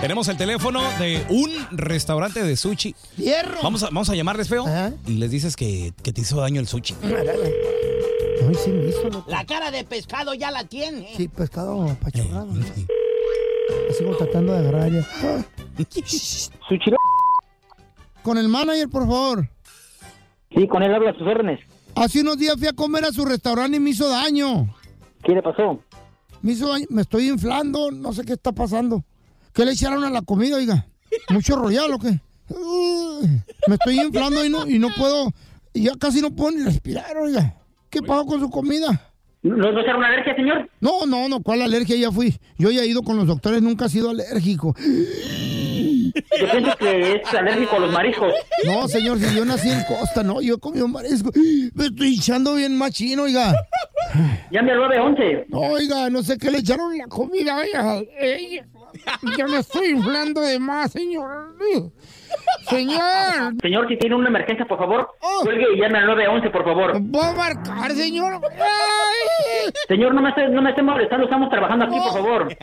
Speaker 1: Tenemos el teléfono de un restaurante de sushi.
Speaker 3: ¡Hierro!
Speaker 1: Vamos a, vamos a llamarles feo y les dices que, que te hizo daño el sushi.
Speaker 3: Ay, sí me hizo, loco.
Speaker 5: La cara de pescado ya la tiene.
Speaker 3: Sí, pescado apachurrado. ¿no? Así como tratando de agarrar ya. Ah. Con el manager, por favor.
Speaker 17: Sí, con él habla a sus órdenes.
Speaker 3: Hace unos días fui a comer a su restaurante y me hizo daño.
Speaker 17: ¿Qué le pasó?
Speaker 3: Me hizo daño, me estoy inflando, no sé qué está pasando. ¿Qué le echaron a la comida, oiga? ¿Mucho royal o qué? Uh, me estoy inflando y no, y no puedo, y ya casi no puedo ni respirar, oiga. ¿Qué pasó con su comida?
Speaker 17: ¿No va a ser una alergia, señor?
Speaker 3: No, no, no, ¿cuál alergia? Ya fui. Yo ya he ido con los doctores, nunca he sido alérgico.
Speaker 17: Yo pienso que es alérgico a los mariscos.
Speaker 3: No, señor, si yo nací en Costa, no, yo he comido marisco. Me estoy hinchando bien machino, oiga.
Speaker 17: Llame al 911.
Speaker 3: No, oiga, no sé qué le echaron en la comida, oiga. Eh, yo me estoy inflando de más, señor. Señor.
Speaker 17: Señor, si tiene una emergencia, por favor, cuelgue y llame al 911, por favor.
Speaker 3: ¿Puedo marcar, señor? Ay.
Speaker 17: Señor, no me esté, no me esté molestando, estamos trabajando aquí, por favor.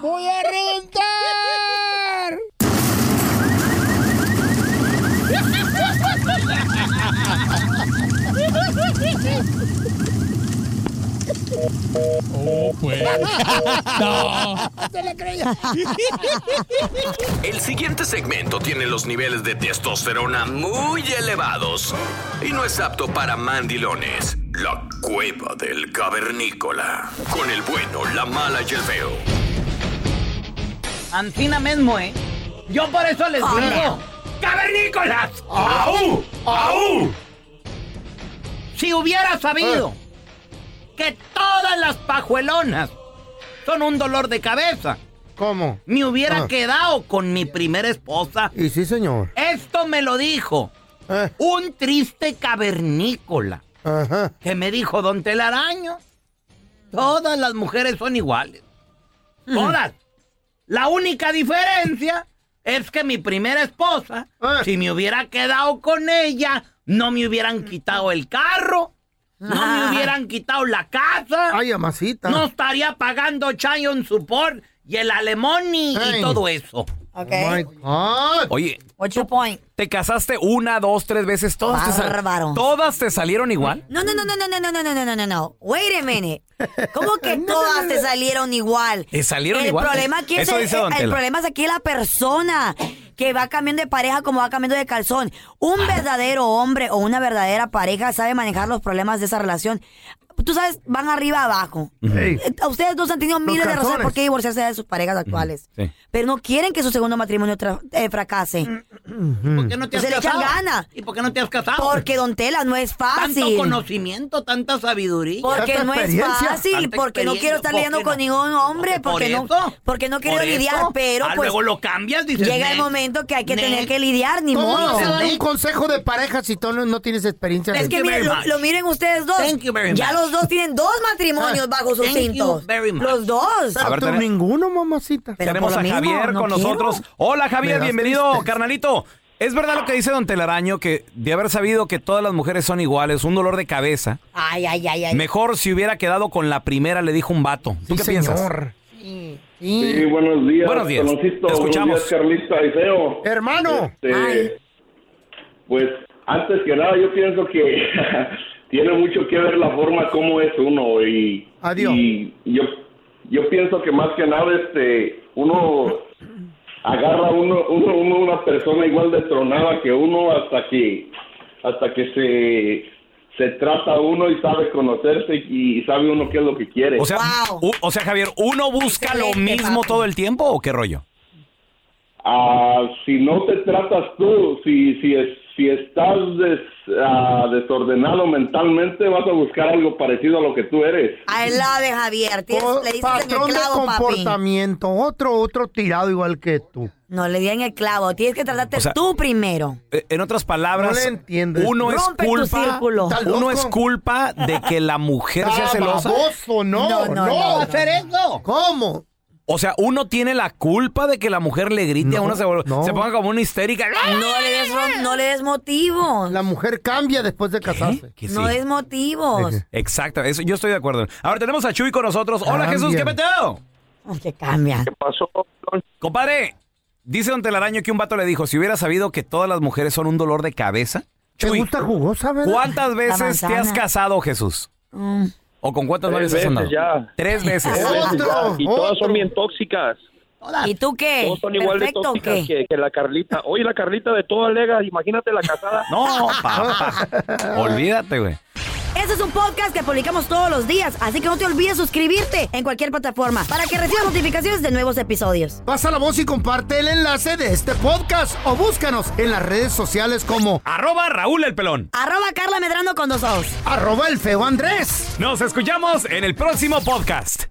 Speaker 3: ¡Voy a reventar!
Speaker 1: Oh, pues. *laughs*
Speaker 6: No.
Speaker 3: ¡Te la creía!
Speaker 6: El siguiente segmento tiene los niveles de testosterona muy elevados y no es apto para mandilones. La cueva del cavernícola. Con el bueno, la mala y el feo.
Speaker 5: Antina mismo, ¿eh? Yo por eso les digo.
Speaker 11: ¡Cavernícolas! ¡Aú! ¡Aú!
Speaker 5: Si hubiera sabido
Speaker 3: Ah.
Speaker 5: que todas las pajuelonas son un dolor de cabeza,
Speaker 3: ¿Cómo?
Speaker 5: me hubiera
Speaker 3: Ah.
Speaker 5: quedado con mi primera esposa.
Speaker 3: Y sí, señor.
Speaker 5: Esto me lo dijo
Speaker 3: Eh.
Speaker 5: un triste cavernícola que me dijo, don Telaraño, todas las mujeres son iguales. Todas. La única diferencia es que mi primera esposa,
Speaker 3: Eh.
Speaker 5: si me hubiera quedado con ella, no me hubieran quitado el carro, no me hubieran quitado la casa.
Speaker 3: Ay, amasita.
Speaker 5: No estaría pagando Chayon Support y el Alemoni y
Speaker 1: Ey.
Speaker 5: todo eso.
Speaker 1: Oye,
Speaker 2: Ocho point.
Speaker 1: ¿te casaste una, dos, tres veces? ¿Todas, te, sal-
Speaker 2: Bárbaro.
Speaker 1: ¿todas te salieron igual?
Speaker 2: No, no, no, no, no, no, no, no, no, no, no, no, no. Wait a minute. ¿Cómo
Speaker 1: *laughs*
Speaker 2: que todas te salieron igual?
Speaker 1: Te Eh, salieron
Speaker 2: el
Speaker 1: igual.
Speaker 2: Problema aquí es
Speaker 1: Eso
Speaker 2: el,
Speaker 1: dice Don
Speaker 2: el
Speaker 1: Tela.
Speaker 2: problema es aquí la persona que va cambiando de pareja como va cambiando de calzón. Un verdadero hombre o una verdadera pareja sabe manejar los problemas de esa relación. Tú sabes, van arriba
Speaker 3: Oh,
Speaker 2: abajo.
Speaker 11: Ey.
Speaker 2: Eh, Ustedes dos han tenido miles de razones
Speaker 11: calzones.
Speaker 2: por qué divorciarse de sus parejas actuales.
Speaker 11: Sí.
Speaker 2: Pero no quieren que su segundo matrimonio tra- eh, fracase.
Speaker 5: ¿Por qué Mm, no te has
Speaker 2: Entonces Pues le echan
Speaker 5: casado?
Speaker 2: ganas.
Speaker 5: ¿Y por qué no te has casado?
Speaker 2: Porque, don Tela, no es fácil.
Speaker 5: Tanto conocimiento, tanta sabiduría.
Speaker 2: Porque
Speaker 5: tanta
Speaker 2: no es
Speaker 5: experiencia.
Speaker 2: fácil,
Speaker 5: Tanta
Speaker 2: porque no quiero estar
Speaker 5: experiencia,
Speaker 2: lidiando
Speaker 5: ¿por
Speaker 2: con
Speaker 5: qué
Speaker 2: ningún hombre,
Speaker 5: Por
Speaker 2: porque no,
Speaker 5: eso,
Speaker 2: porque no quiero
Speaker 5: por eso.
Speaker 2: lidiar, pero
Speaker 5: Ah,
Speaker 2: pues
Speaker 5: luego lo cambias, dices,
Speaker 2: llega
Speaker 5: "Next".
Speaker 2: el momento que hay que tener
Speaker 5: Next.
Speaker 2: que lidiar, ni
Speaker 3: ¿Cómo
Speaker 2: modo. ¿Eh?
Speaker 3: vas a dar un consejo de pareja si tú no, no tienes experiencia?
Speaker 2: Es que miren, lo, lo miren ustedes dos.
Speaker 3: very
Speaker 2: ya
Speaker 3: much.
Speaker 2: los dos tienen dos matrimonios
Speaker 3: Ah,
Speaker 2: bajo sus
Speaker 3: thank you
Speaker 2: cintos.
Speaker 3: very much.
Speaker 2: Los dos.
Speaker 1: A ver, Pero tú tenemos-
Speaker 3: ninguno, mamacita.
Speaker 1: Tenemos a Javier con nosotros. Hola,
Speaker 3: Me
Speaker 1: Javier,
Speaker 3: das
Speaker 1: bienvenido,
Speaker 3: tristeza.
Speaker 1: carnalito. ¿Es verdad lo que dice Don Telaraño que de haber sabido que todas las mujeres son iguales, un dolor de cabeza?
Speaker 2: Ay, ay, ay, ay.
Speaker 1: Mejor si hubiera quedado con la primera, le dijo un vato. ¿Tú qué piensas?
Speaker 18: Sí, buenos días.
Speaker 1: Buenos días.
Speaker 18: Peloncito.
Speaker 1: Te escuchamos.
Speaker 18: Buenos días, Carlita y Feo.
Speaker 3: Hermano.
Speaker 18: Este, pues antes que nada, yo pienso que *laughs* tiene mucho que ver la forma como es uno y,
Speaker 3: Adiós.
Speaker 18: y yo yo pienso que más que nada, este, uno agarra uno, uno, uno una persona igual de tronada que uno hasta que, hasta que se, se trata uno y sabe conocerse y, y sabe uno qué es lo que quiere.
Speaker 1: O sea, u- o sea, Javier, ¿uno busca lo mismo todo el tiempo o qué rollo?
Speaker 18: Ah, si no te tratas tú, si, si, es- si estás des- ah, desordenado mentalmente, vas a buscar algo parecido a lo que tú eres.
Speaker 2: I love it, Javier. Tienes- le diste en el
Speaker 3: Patrón de
Speaker 2: clavo, papi.
Speaker 3: comportamiento. Otro, otro tirado igual que tú.
Speaker 2: No, le di en el clavo. Tienes que tratarte
Speaker 1: O sea,
Speaker 2: tú primero.
Speaker 1: Eh, En otras palabras,
Speaker 3: No le entiendes.
Speaker 1: uno es
Speaker 2: Rompe tu
Speaker 1: culpa,
Speaker 2: círculo. ¿Estás
Speaker 1: uno
Speaker 2: loco?
Speaker 1: es culpa de que la mujer sea
Speaker 3: Ah,
Speaker 1: celosa.
Speaker 3: baboso, no, No, no, no, no. no.
Speaker 5: hacer eso.
Speaker 3: ¿Cómo?
Speaker 1: O sea, uno tiene la culpa de que la mujer le grite a uno, se, se ponga como una histérica.
Speaker 2: No le des, ro- no le des motivos.
Speaker 3: La mujer cambia después de casarse.
Speaker 1: Que
Speaker 2: No
Speaker 1: sí.
Speaker 2: des motivos.
Speaker 1: Exacto, eso, yo estoy de acuerdo. Ahora tenemos a Chuy con nosotros. Hola
Speaker 2: Cambian.
Speaker 1: Jesús, ¿qué peteo?
Speaker 2: Que
Speaker 3: Ah,
Speaker 2: cambia.
Speaker 1: ¿Qué pasó? Compadre, dice Don Telaraño que un vato le dijo, si hubiera sabido que todas las mujeres son un dolor de cabeza.
Speaker 3: ¿Te
Speaker 1: Chuy,
Speaker 3: gusta jugosa, verdad?
Speaker 1: ¿cuántas veces te has
Speaker 3: manzana.
Speaker 1: casado, Jesús?
Speaker 2: Mm.
Speaker 1: ¿O con cuántas
Speaker 3: Tres
Speaker 1: novias has
Speaker 3: veces
Speaker 1: andado?
Speaker 3: ya. Oh.
Speaker 1: Tres veces.
Speaker 3: Tres veces Otro,
Speaker 17: Y todas son bien tóxicas.
Speaker 2: ¿Y tú qué?
Speaker 17: Todas son igual de
Speaker 2: Eh, ¿Perfecto o
Speaker 17: tóxicas
Speaker 2: qué?
Speaker 17: que, que la Carlita. Oye, la Carlita de toda lega, imagínate la casada.
Speaker 1: no, papá. Olvídate, güey.
Speaker 2: Este es un podcast que publicamos todos los días, así que no te olvides suscribirte en cualquier plataforma para que recibas notificaciones de nuevos episodios.
Speaker 3: Pasa la voz y comparte el enlace de este podcast o búscanos en las redes sociales como
Speaker 1: Arroba Raúl el pelón.
Speaker 2: Arroba Carla Medrano con dos ojos.
Speaker 3: arroba el feo Andrés.
Speaker 1: Nos escuchamos en el próximo podcast.